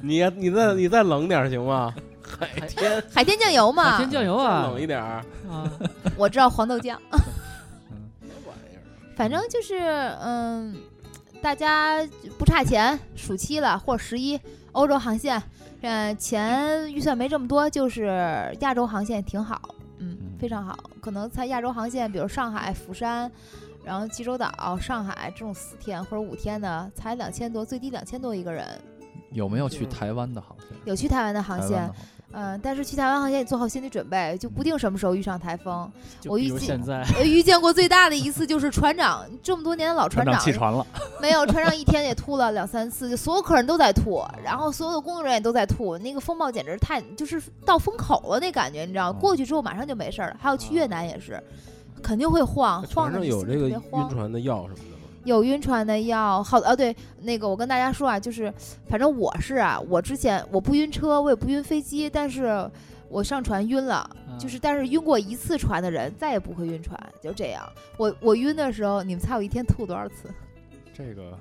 Speaker 2: 你你再你再冷点儿行吗？海天
Speaker 3: 海天酱油嘛，
Speaker 1: 添酱油啊
Speaker 2: 冷一点儿。
Speaker 3: [laughs]
Speaker 1: 啊，
Speaker 3: 我知道黄豆
Speaker 4: [laughs]
Speaker 3: 酱。
Speaker 4: 嗯
Speaker 2: 什么玩意儿？
Speaker 3: [laughs] 反正就是嗯，大家不差钱，暑期了或十一，欧洲航线，呃，钱预算没这么多，就是亚洲航线挺好，嗯
Speaker 4: 嗯，
Speaker 3: 非常好。可能在亚洲航线，比如上海、釜山，然后济州岛、上海这种四天或者五天的，才两千多，最低两千多一个人。
Speaker 4: 有没有去
Speaker 2: 嗯
Speaker 4: 台湾的航线？
Speaker 3: 有去台湾的航
Speaker 4: 台湾
Speaker 3: 线
Speaker 4: 的，航线
Speaker 3: 嗯、但是去台湾航线也做好心理准备，就不定什么时候遇上台风。
Speaker 1: 就
Speaker 3: 我
Speaker 1: 比
Speaker 3: 预
Speaker 1: 如
Speaker 3: 计
Speaker 1: 现在
Speaker 3: 呃，遇见过最大的一次就是船长，这么多年的老船
Speaker 4: 船
Speaker 3: 长
Speaker 4: 长，弃船了，
Speaker 3: 没有，船上一天也吐了两三次，就所有客人都在吐，然后所有的工作人员也都在吐，那个风暴简直太就是到风口了那感觉，你知道吗？
Speaker 4: 嗯
Speaker 3: 过去之后马上就没事儿了。还有去越南也是，肯定会晃，
Speaker 2: 船
Speaker 3: 晃
Speaker 2: 上
Speaker 3: 的
Speaker 2: 有这个
Speaker 3: 特别
Speaker 2: 晕
Speaker 3: 慌。
Speaker 2: 船的药什么的吗？
Speaker 3: 有晕船的药，好啊，对，那个我跟大家说啊，就是反正我是啊，我之前我不晕车，我也不晕飞机，但是我上船晕了，就是但是晕过一次船的人再也不会晕船，就这样。我我晕的时候，你们猜我一天吐多少次？ [laughs]
Speaker 4: 这个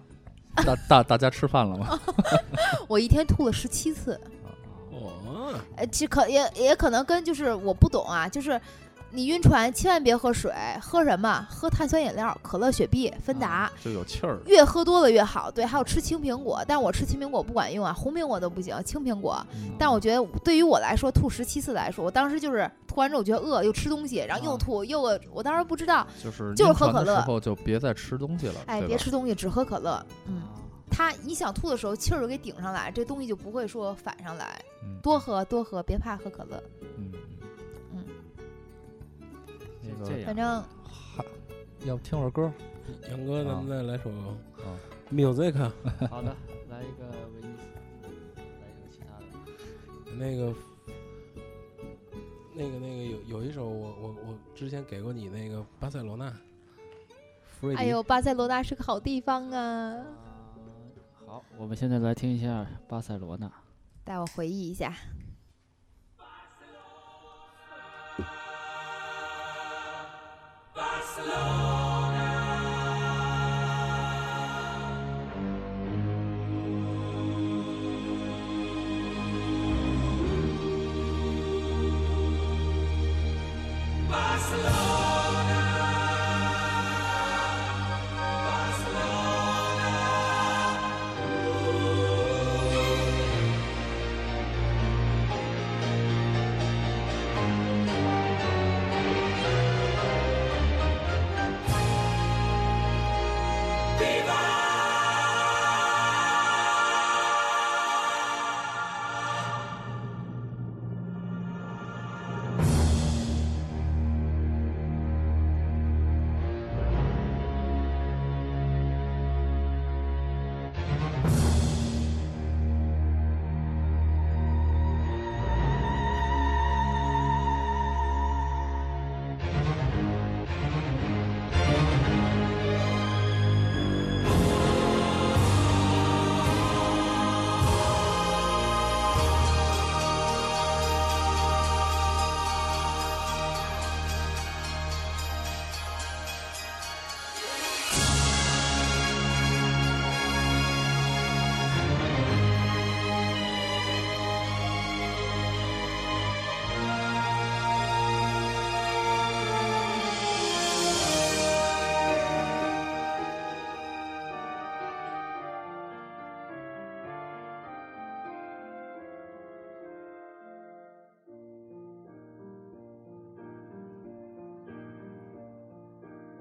Speaker 4: 大大大家吃饭了
Speaker 3: 哦
Speaker 4: 吗？
Speaker 3: 我一天吐了十七次。
Speaker 2: 哦，
Speaker 3: 呃，其实可也也可能跟就是我不懂啊，就是你晕船千万别喝水，喝什么？喝碳酸饮料，可乐、雪碧、芬达。
Speaker 4: 啊就有气儿，
Speaker 3: 越喝多了越好，对，还有吃青苹果，但我吃青苹果不管用啊，红苹果都不行，青苹果。
Speaker 4: 嗯
Speaker 3: 但我觉得对于我来说，吐十七次来说，我当时就是吐完之后我觉得饿，又吃东西，然后又
Speaker 4: 啊
Speaker 3: 吐、又饿，我当时不知道，
Speaker 4: 就是
Speaker 3: 就是
Speaker 4: 晕
Speaker 3: 喝
Speaker 4: 船的
Speaker 3: 可乐
Speaker 4: 时候就别再吃东西了，
Speaker 3: 哎，
Speaker 4: 对
Speaker 3: 别
Speaker 4: 吧
Speaker 3: 吃东西，只喝可乐。
Speaker 1: [laughs]
Speaker 3: 嗯，
Speaker 1: 啊
Speaker 3: 它你想吐的时候气儿就给顶上来，这东西就不会说反上来。
Speaker 4: 嗯
Speaker 3: 多喝多喝，别怕喝可乐。
Speaker 4: 嗯嗯
Speaker 3: 嗯，
Speaker 4: 那
Speaker 1: 这
Speaker 4: 个
Speaker 1: 样
Speaker 3: 反正
Speaker 4: 嗨要不听会儿歌？
Speaker 2: 杨哥，咱们再来首
Speaker 4: 啊
Speaker 2: music，
Speaker 1: 嗯好的，来一个唯一，来一个其他的，
Speaker 2: 那个。那个那个有有一首我我我之前给过你那个巴塞罗那，弗瑞迪
Speaker 3: 哎呦，巴塞罗那是个好地方啊！
Speaker 1: 好，我们现在来听一下巴塞罗那。
Speaker 3: 带我回忆一下，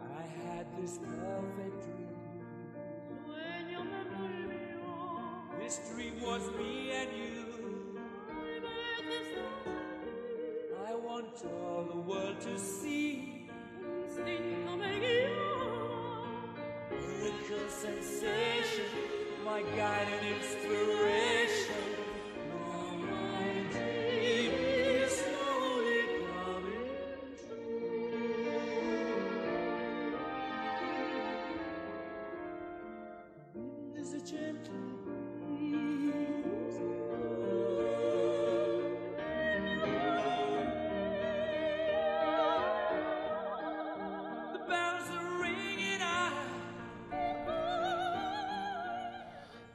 Speaker 5: I had this perfect dream. This dream was me and you. I want all the world to see miracle sensation, my guiding inspiration. Now my dream is slowly coming Wind is a gentle breeze. The bells are ringing out.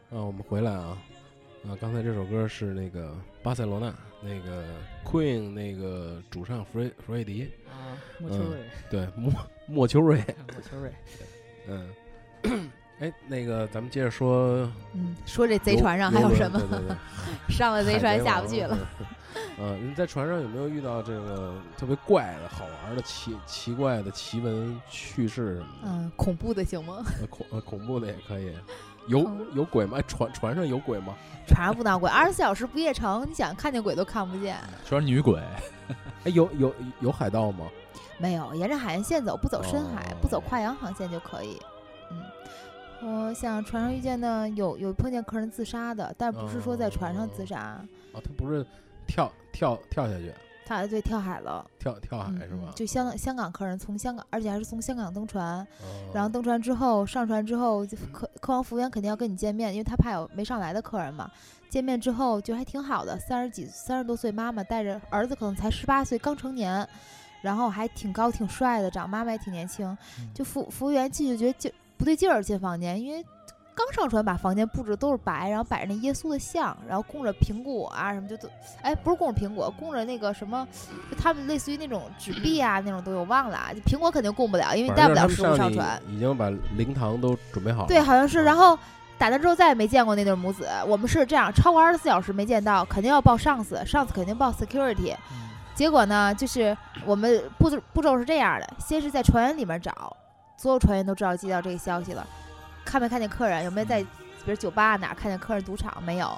Speaker 2: 呃，我们回来啊，啊，刚才这首歌是那个巴塞罗那那个 Queen 那个主唱弗瑞弗瑞迪，
Speaker 1: 啊，莫秋
Speaker 2: 嗯
Speaker 1: 瑞，
Speaker 2: 对莫莫秋瑞，
Speaker 1: 莫秋 [laughs] 瑞，
Speaker 2: 嗯， [coughs] 哎，那个咱们接着说
Speaker 3: 嗯，说这贼
Speaker 2: 游
Speaker 3: 船上还
Speaker 2: 游
Speaker 3: 有
Speaker 2: 轮
Speaker 3: 什么？
Speaker 2: 对对
Speaker 3: [laughs]
Speaker 2: 对
Speaker 3: 上了贼
Speaker 2: 海
Speaker 3: 船
Speaker 2: 贼
Speaker 3: 下
Speaker 2: 王
Speaker 3: 不去了。。
Speaker 2: [laughs] 嗯，你在船上有没有遇到这个特别怪的、好玩的、奇奇怪的奇闻趣事什么的？
Speaker 3: 嗯，恐怖的行吗？
Speaker 2: 呃恐呃恐怖的也可以。有
Speaker 3: 嗯
Speaker 2: 有鬼吗？哎船船上有鬼吗？
Speaker 3: 船上不闹鬼，二十四小时不夜城，你想看见鬼都看不见。
Speaker 2: 嗯
Speaker 4: 全是女鬼，
Speaker 2: 哎，有有有海盗吗？
Speaker 3: 没有，沿着海岸线走，不走深海，不走
Speaker 2: 哦
Speaker 3: 跨洋航线就可以。嗯，我想船上遇见的有有碰见客人自杀的，但不是说在船上自杀，
Speaker 2: 哦，他不是跳跳跳下去，
Speaker 3: 他对跳海了，
Speaker 2: 跳跳海
Speaker 3: 嗯
Speaker 2: 是吧
Speaker 3: 嗯？就香港香港客人从香港，而且还是从香港登船，
Speaker 2: 哦
Speaker 3: 然后登船之后上船之后，就客客房服务员肯定要跟你见面，因为他怕有没上来的客人嘛。见面之后就还挺好的，三十几三十多岁妈妈带着儿子，可能才十八岁刚成年，然后还挺高挺帅的，长妈妈也挺年轻。
Speaker 2: 嗯
Speaker 3: 就服服务员进去觉得劲不对劲儿，进房间，因为刚上船把房间布置都是白，然后摆着那耶稣的像，然后供着苹果啊什么就都，哎不是供着苹果，供着那个什么，就他们类似于那种纸币啊那种都有忘了啊，就苹果肯定供不了，因为你带
Speaker 2: 反
Speaker 3: 不
Speaker 2: 正
Speaker 3: 了
Speaker 2: 就是
Speaker 3: 食
Speaker 2: 他
Speaker 3: 物
Speaker 2: 们
Speaker 3: 上
Speaker 2: 你
Speaker 3: 船。
Speaker 2: 已经把灵堂都准备好了。
Speaker 3: 对，啊好像是。
Speaker 2: 嗯
Speaker 3: 然后打那之后再也没见过那对母子。我们是这样，超过二十四小时没见到，肯定要报上司，上司肯定报 security。结
Speaker 1: 嗯
Speaker 3: 果呢，就是我们步骤步骤是这样的：先是在船员里面找，所有船员都知道接到这个消息了，看没看见客人，有没有在比如酒吧哪儿看见客人赌场没有？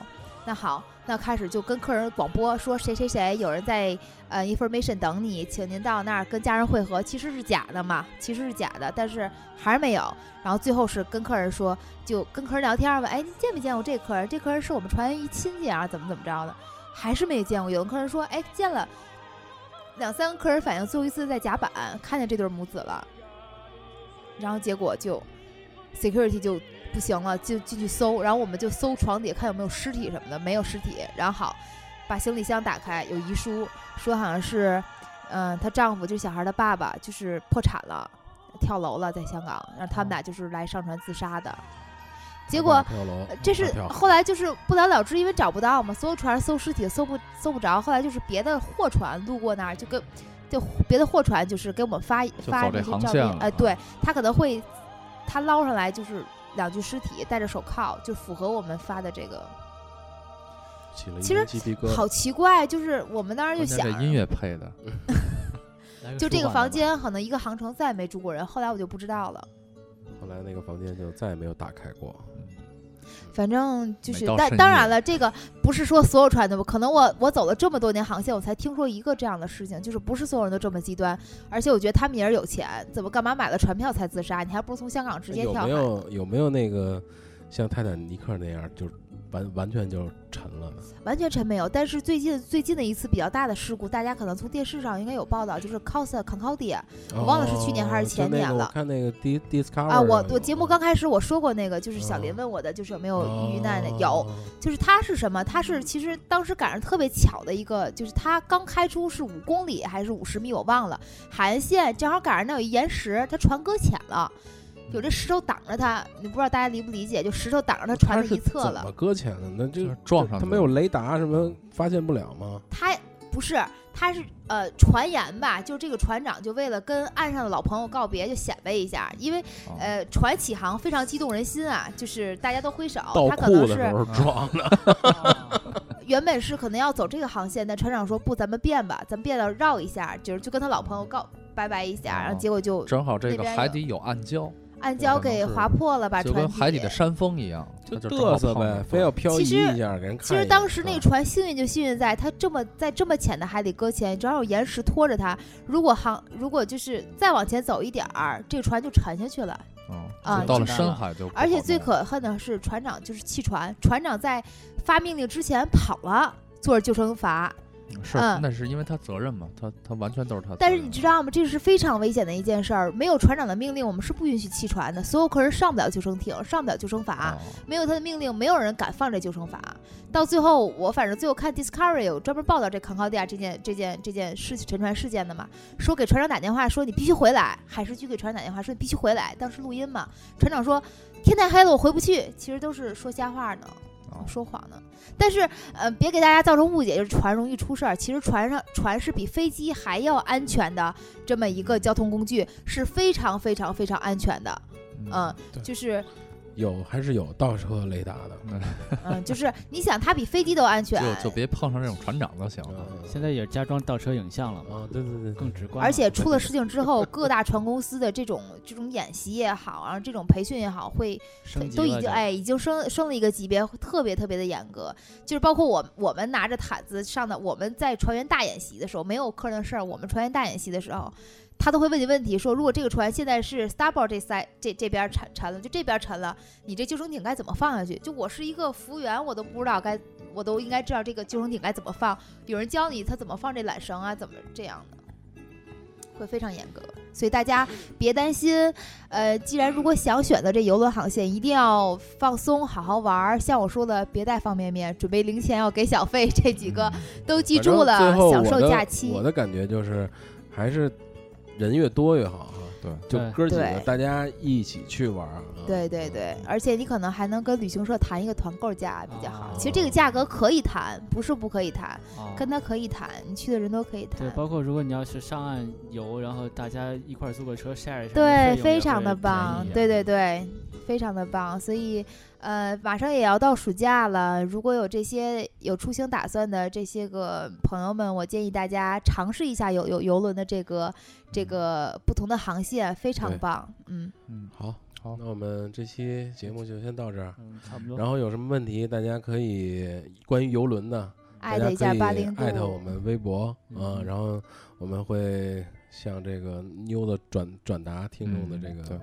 Speaker 3: 那好，那开始就跟客人广播说谁谁谁有人在呃 information 等你，请您到那儿跟家人会合，其实是假的嘛，其实是假的，但是还是没有。然后最后是跟客人说，就跟客人聊天吧，哎，你见没见过这客人？这客人是我们船员一亲戚啊，怎么怎么着的，还是没有见过。有的客人说，哎，见了。两三个客人反映，最后一次在甲板看见这对母子了，然后结果就 security 就不行了，就进去搜，然后我们就搜床底看有没有尸体什么的，没有尸体。然后好，把行李箱打开，有遗书，说好像是，嗯，她丈夫就是小孩的爸爸，就是破产了，跳楼了，在香港，然后他们俩就是来上船自杀的。结果
Speaker 2: 跳跳楼
Speaker 3: 呃，这
Speaker 2: 跳
Speaker 3: 是
Speaker 2: 跳
Speaker 3: 后来就是不了了之，因为找不到嘛，所有船搜尸体搜不搜不着，后来就是别的货船路过那儿，就跟就别的货船就是给我们发发
Speaker 4: 走这
Speaker 3: 那些
Speaker 4: 航
Speaker 3: 照
Speaker 4: 线
Speaker 3: 片，哎、
Speaker 4: 了啊
Speaker 3: 对他可能会他捞上来就是两具尸体，戴着手铐，就符合我们发的这个。
Speaker 2: 起了一
Speaker 3: 其实
Speaker 2: 身鸡皮疙瘩。
Speaker 3: 好奇怪，就是我们当时就
Speaker 4: 关键
Speaker 3: 想
Speaker 4: 这，音乐配的，
Speaker 1: 来
Speaker 3: 就
Speaker 1: 舒
Speaker 3: 这个
Speaker 1: 缓
Speaker 3: 房
Speaker 1: 的吧，
Speaker 3: 间可能一个航程再也没住过人，后来我就不知道了。
Speaker 2: 后来那个房间就再也没有打开过。
Speaker 4: 嗯
Speaker 3: 反正就
Speaker 4: 每
Speaker 3: 是，
Speaker 4: 到
Speaker 3: 但
Speaker 4: 深
Speaker 3: 当
Speaker 4: 夜
Speaker 3: 然了，这个不是说所有船都，可能我我走了这么多年航线，我才听说一个这样的事情，就是不是所有人都这么极端。而且我觉得他们也是有钱，怎么干嘛买了船票才自杀？你还不如从香港直接
Speaker 2: 有
Speaker 3: 跳海
Speaker 2: 没。有有没有那个像泰坦尼克那样，就完完全就沉了呢？
Speaker 3: 完全沉没有。但是最近最近的一次比较大的事故，大家可能从电视上应该有报道，就是 Costa Concordia 我忘了是去年还是
Speaker 2: 哦就
Speaker 3: 前
Speaker 2: 那
Speaker 3: 年
Speaker 2: 个我
Speaker 3: 了
Speaker 2: 看那个 Dis Discover
Speaker 3: 啊，我
Speaker 2: 上有
Speaker 3: 我节目刚开始我说过那个，就是
Speaker 2: 哦
Speaker 3: 小林问我的，就是有没有
Speaker 2: 哦
Speaker 3: 遇难的，有。就是它是什么？它
Speaker 2: 嗯
Speaker 3: 是其实当时赶上特别巧的一个，就是它刚开出是五公里还是五十米，我忘了。海岸线正好赶上那有一岩石，它船搁浅了，有这石头挡着它。你不知道大家理不理解？就石头挡着它船的一侧
Speaker 2: 怎么
Speaker 3: 了。
Speaker 2: 搁浅的？那就
Speaker 4: 就是撞上
Speaker 2: 他
Speaker 4: 去
Speaker 2: 没有雷达什么，发现不了吗？
Speaker 3: 它不是，它是呃传言吧？就是这个船长就为了跟岸上的老朋友告别，就显摆一下，因为
Speaker 4: 哦
Speaker 3: 呃船起航非常激动人心啊，就是大家都挥手
Speaker 2: 倒，
Speaker 3: 他可
Speaker 2: 库
Speaker 3: 能
Speaker 2: 的
Speaker 3: 是
Speaker 2: 时候撞的，
Speaker 1: 哦
Speaker 3: 原本是可能要走这个航线，但船长说不，咱们变吧，咱们变了绕一下，就是就跟他老朋友告拜拜一下，
Speaker 4: 哦
Speaker 3: 然后结果就
Speaker 4: 正好这
Speaker 3: 那
Speaker 4: 个
Speaker 3: 边
Speaker 4: 海
Speaker 3: 有
Speaker 4: 底有暗礁，
Speaker 3: 暗礁给划破了吧，
Speaker 4: 就
Speaker 3: 船
Speaker 4: 跟
Speaker 3: 体
Speaker 4: 海底的山峰一样，它就正好
Speaker 2: 嘚瑟
Speaker 4: 碰上
Speaker 2: 呗，
Speaker 4: 了
Speaker 2: 非要漂移
Speaker 3: 其实
Speaker 2: 一下给人看一眼。
Speaker 3: 其实当时那
Speaker 2: 是
Speaker 3: 个
Speaker 2: 吧
Speaker 3: 船幸运就幸运在它这么在这么浅的海里搁浅，正好有岩石拖着它。如果航如果就是再往前走一点儿，这个船就沉下去了。
Speaker 4: 嗯，
Speaker 3: 啊
Speaker 4: 就到了
Speaker 1: 知道
Speaker 4: 深
Speaker 1: 了
Speaker 4: 海就不
Speaker 3: 而且
Speaker 4: 好
Speaker 3: 最
Speaker 4: 弄啊
Speaker 3: 可恨的是，船长就是弃船，船长在发命令之前跑了，坐着救生筏
Speaker 4: 是，
Speaker 3: 嗯
Speaker 4: 那是因为他责任嘛，他他完全都是他责任。
Speaker 3: 但是你知道吗？这是非常危险的一件事儿。没有船长的命令，我们是不允许弃船的。所有客人上不了救生艇，上不了救生筏。
Speaker 4: 哦
Speaker 3: 没有他的命令，没有人敢放这救生筏。到最后，我反正最后看 Discovery 有专门报道这康考迪亚这件这件这件事情沉船事件的嘛，说给船长打电话说你必须回来，海事局给船长打电话说你必须回来，当时录音嘛，船长说天太黑了我回不去，其实都是说瞎话呢。
Speaker 4: 哦
Speaker 3: 说谎呢，但是呃，别给大家造成误解，就是船容易出事儿。其实船上船是比飞机还要安全的这么一个交通工具，是非常非常非常安全的。
Speaker 4: 啊
Speaker 3: 嗯，
Speaker 2: 对
Speaker 4: [laughs]
Speaker 3: 就是
Speaker 2: 有还是有倒车雷达的，
Speaker 3: 嗯，就是你想，它比飞机都安全，
Speaker 4: 就就别碰上这种船长就行了。
Speaker 2: 嗯
Speaker 1: [laughs] 现在也加装倒车影像了嘛，
Speaker 2: 啊，对对对，
Speaker 1: 更直观了。
Speaker 3: 而且出了事情之后，各大船公司的这种这种演习也好，然后这种培训也好，会
Speaker 1: 升级
Speaker 3: 都已
Speaker 1: 了
Speaker 3: 经
Speaker 1: 就
Speaker 3: 哎已经升升了一个级别，特别特别的严格。就是包括我我们拿着毯子上的，我们在船员大演习的时候，没有客人的事儿，我们船员大演习的时候。他都会问你问题，说如果这个船现在是 starboard 这塞这这边沉沉了，就这边沉了，你这救生艇该怎么放下去？就我是一个服务员，我都不知道该，我都应该知道这个救生艇该怎么放。有人教你他怎么放这缆绳啊，怎么这样的，会非常严格。所以大家别担心，呃，既然如果想选择这游轮航线，一定要放松，好好玩儿。像我说的，别带方便面，准备零钱要给小费，这几个都记
Speaker 2: 嗯反正
Speaker 3: 住了
Speaker 2: 最，后
Speaker 3: 享
Speaker 2: 我
Speaker 3: 受
Speaker 2: 的
Speaker 3: 假期
Speaker 2: 我。的感觉就是，还是人越多越好哈。
Speaker 4: 对，
Speaker 2: 就
Speaker 1: 对
Speaker 2: 哥几个
Speaker 3: 对
Speaker 2: 大家一起去玩儿。啊
Speaker 3: 对对对，而且你可能还能跟旅行社谈一个团购价比较好。
Speaker 1: 哦
Speaker 3: 其实
Speaker 2: 啊
Speaker 3: 这个价格可以谈，不是不可以谈，
Speaker 1: 哦
Speaker 3: 跟他可以谈，你去的人都可以
Speaker 1: 对，
Speaker 3: 谈。
Speaker 1: 包括如果你要是上岸游，然后大家一块儿租个车 share 一下，费用也
Speaker 3: 对，非常
Speaker 1: 会
Speaker 3: 的
Speaker 1: 便宜
Speaker 3: 棒
Speaker 2: 啊
Speaker 1: 一，
Speaker 3: 对对
Speaker 1: 点，
Speaker 3: 对，非常的棒。所以，呃，马上也要到暑假了，如果有这些有出行打算的这些个朋友们，我建议大家尝试一下有有游轮的这个这个不同的航线，非常
Speaker 2: 对
Speaker 3: 棒。嗯，
Speaker 4: 嗯，
Speaker 2: 好，
Speaker 4: 好
Speaker 2: 那我们这期节目就先到这儿。
Speaker 1: 嗯，差不多。
Speaker 2: 然后有什么问题，大家可以关于游轮的，
Speaker 3: 艾
Speaker 2: 大
Speaker 3: 特一
Speaker 2: 家
Speaker 3: 下
Speaker 2: 可以
Speaker 3: 八零度
Speaker 2: 艾，特我们微博啊、
Speaker 1: 嗯
Speaker 2: 然后我们会向这个妞的转转达听众的这
Speaker 4: 嗯对
Speaker 2: 个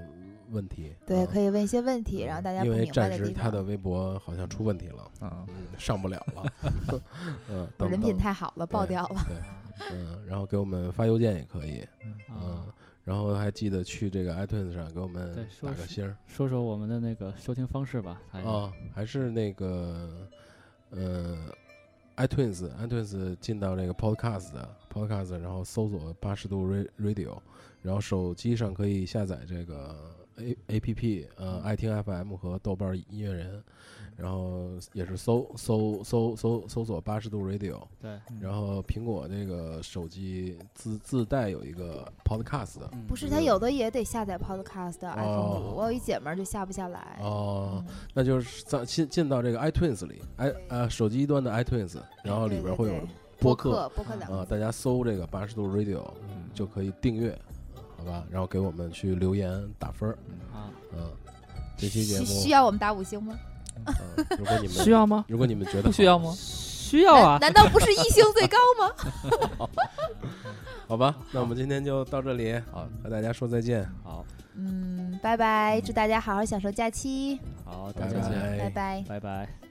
Speaker 2: 问题。
Speaker 3: 对，可
Speaker 2: 以
Speaker 3: 以问一些问题，然后大家不
Speaker 2: 啊因为
Speaker 3: 明白
Speaker 2: 暂
Speaker 3: 的
Speaker 2: 时
Speaker 3: 地
Speaker 2: 他
Speaker 3: 方
Speaker 2: 的。微博好像出问题了，
Speaker 4: 嗯，
Speaker 2: 嗯，上不了
Speaker 1: [laughs]
Speaker 2: 了。嗯，
Speaker 3: 我
Speaker 2: 等
Speaker 3: 人品
Speaker 2: 等
Speaker 3: 太好了，爆
Speaker 2: 对
Speaker 3: 掉了。 [laughs]
Speaker 2: 对，嗯，然后给我们发邮件也可以，嗯
Speaker 1: 啊，，
Speaker 2: 然后还记得去这个 iTunes 上给我们
Speaker 1: 对说
Speaker 2: 打个
Speaker 1: 是哎
Speaker 2: 星儿
Speaker 1: 说说我们的那个收听方式吧。还是
Speaker 2: 啊，还是那个，呃，iTunes iTunes 进到这个 Podcast Podcast，然后搜索八十度 ra- Radio，然后手机上可以下载这个 A A P P，呃，爱听 FM 和豆瓣音乐人，然后也是搜搜搜搜搜索八十度 Radio，
Speaker 1: 对，嗯
Speaker 2: 然后苹果这个手机自自带有一个 Podcast 的
Speaker 1: 嗯
Speaker 3: 不是，他有的也得下载 Podcast 啊的 iPhone
Speaker 2: 哦
Speaker 3: 五，我有一姐们儿就下不下来。
Speaker 2: 哦
Speaker 3: 嗯，
Speaker 2: 那就是在进进到这个 iTunes 里，i 呃手机端的 iTunes，然后里边会
Speaker 3: 哎
Speaker 2: 有播
Speaker 3: 播
Speaker 2: 客
Speaker 3: 播客两
Speaker 2: 啊，大家搜这个八十度 Radio
Speaker 4: 嗯
Speaker 2: 就可以订阅，好吧？然后给我们去留言打分儿，
Speaker 1: 啊，
Speaker 2: 嗯，这期节
Speaker 3: 需
Speaker 2: 目
Speaker 3: 需要我们打五星吗？
Speaker 2: 嗯如果你们
Speaker 1: 需要吗？
Speaker 2: 如果你们觉得
Speaker 4: 不需要吗？
Speaker 1: 需要啊，
Speaker 3: 难道不是一星最高吗？ [laughs]
Speaker 2: 好，好吧？那我们今天就到这里，
Speaker 4: 好，
Speaker 2: 和大家说再见，
Speaker 1: 好，
Speaker 3: 嗯，拜拜，祝大家好好享受假期，
Speaker 1: 好，大
Speaker 2: 拜
Speaker 1: 家
Speaker 2: 拜
Speaker 3: 拜拜。
Speaker 1: 拜拜。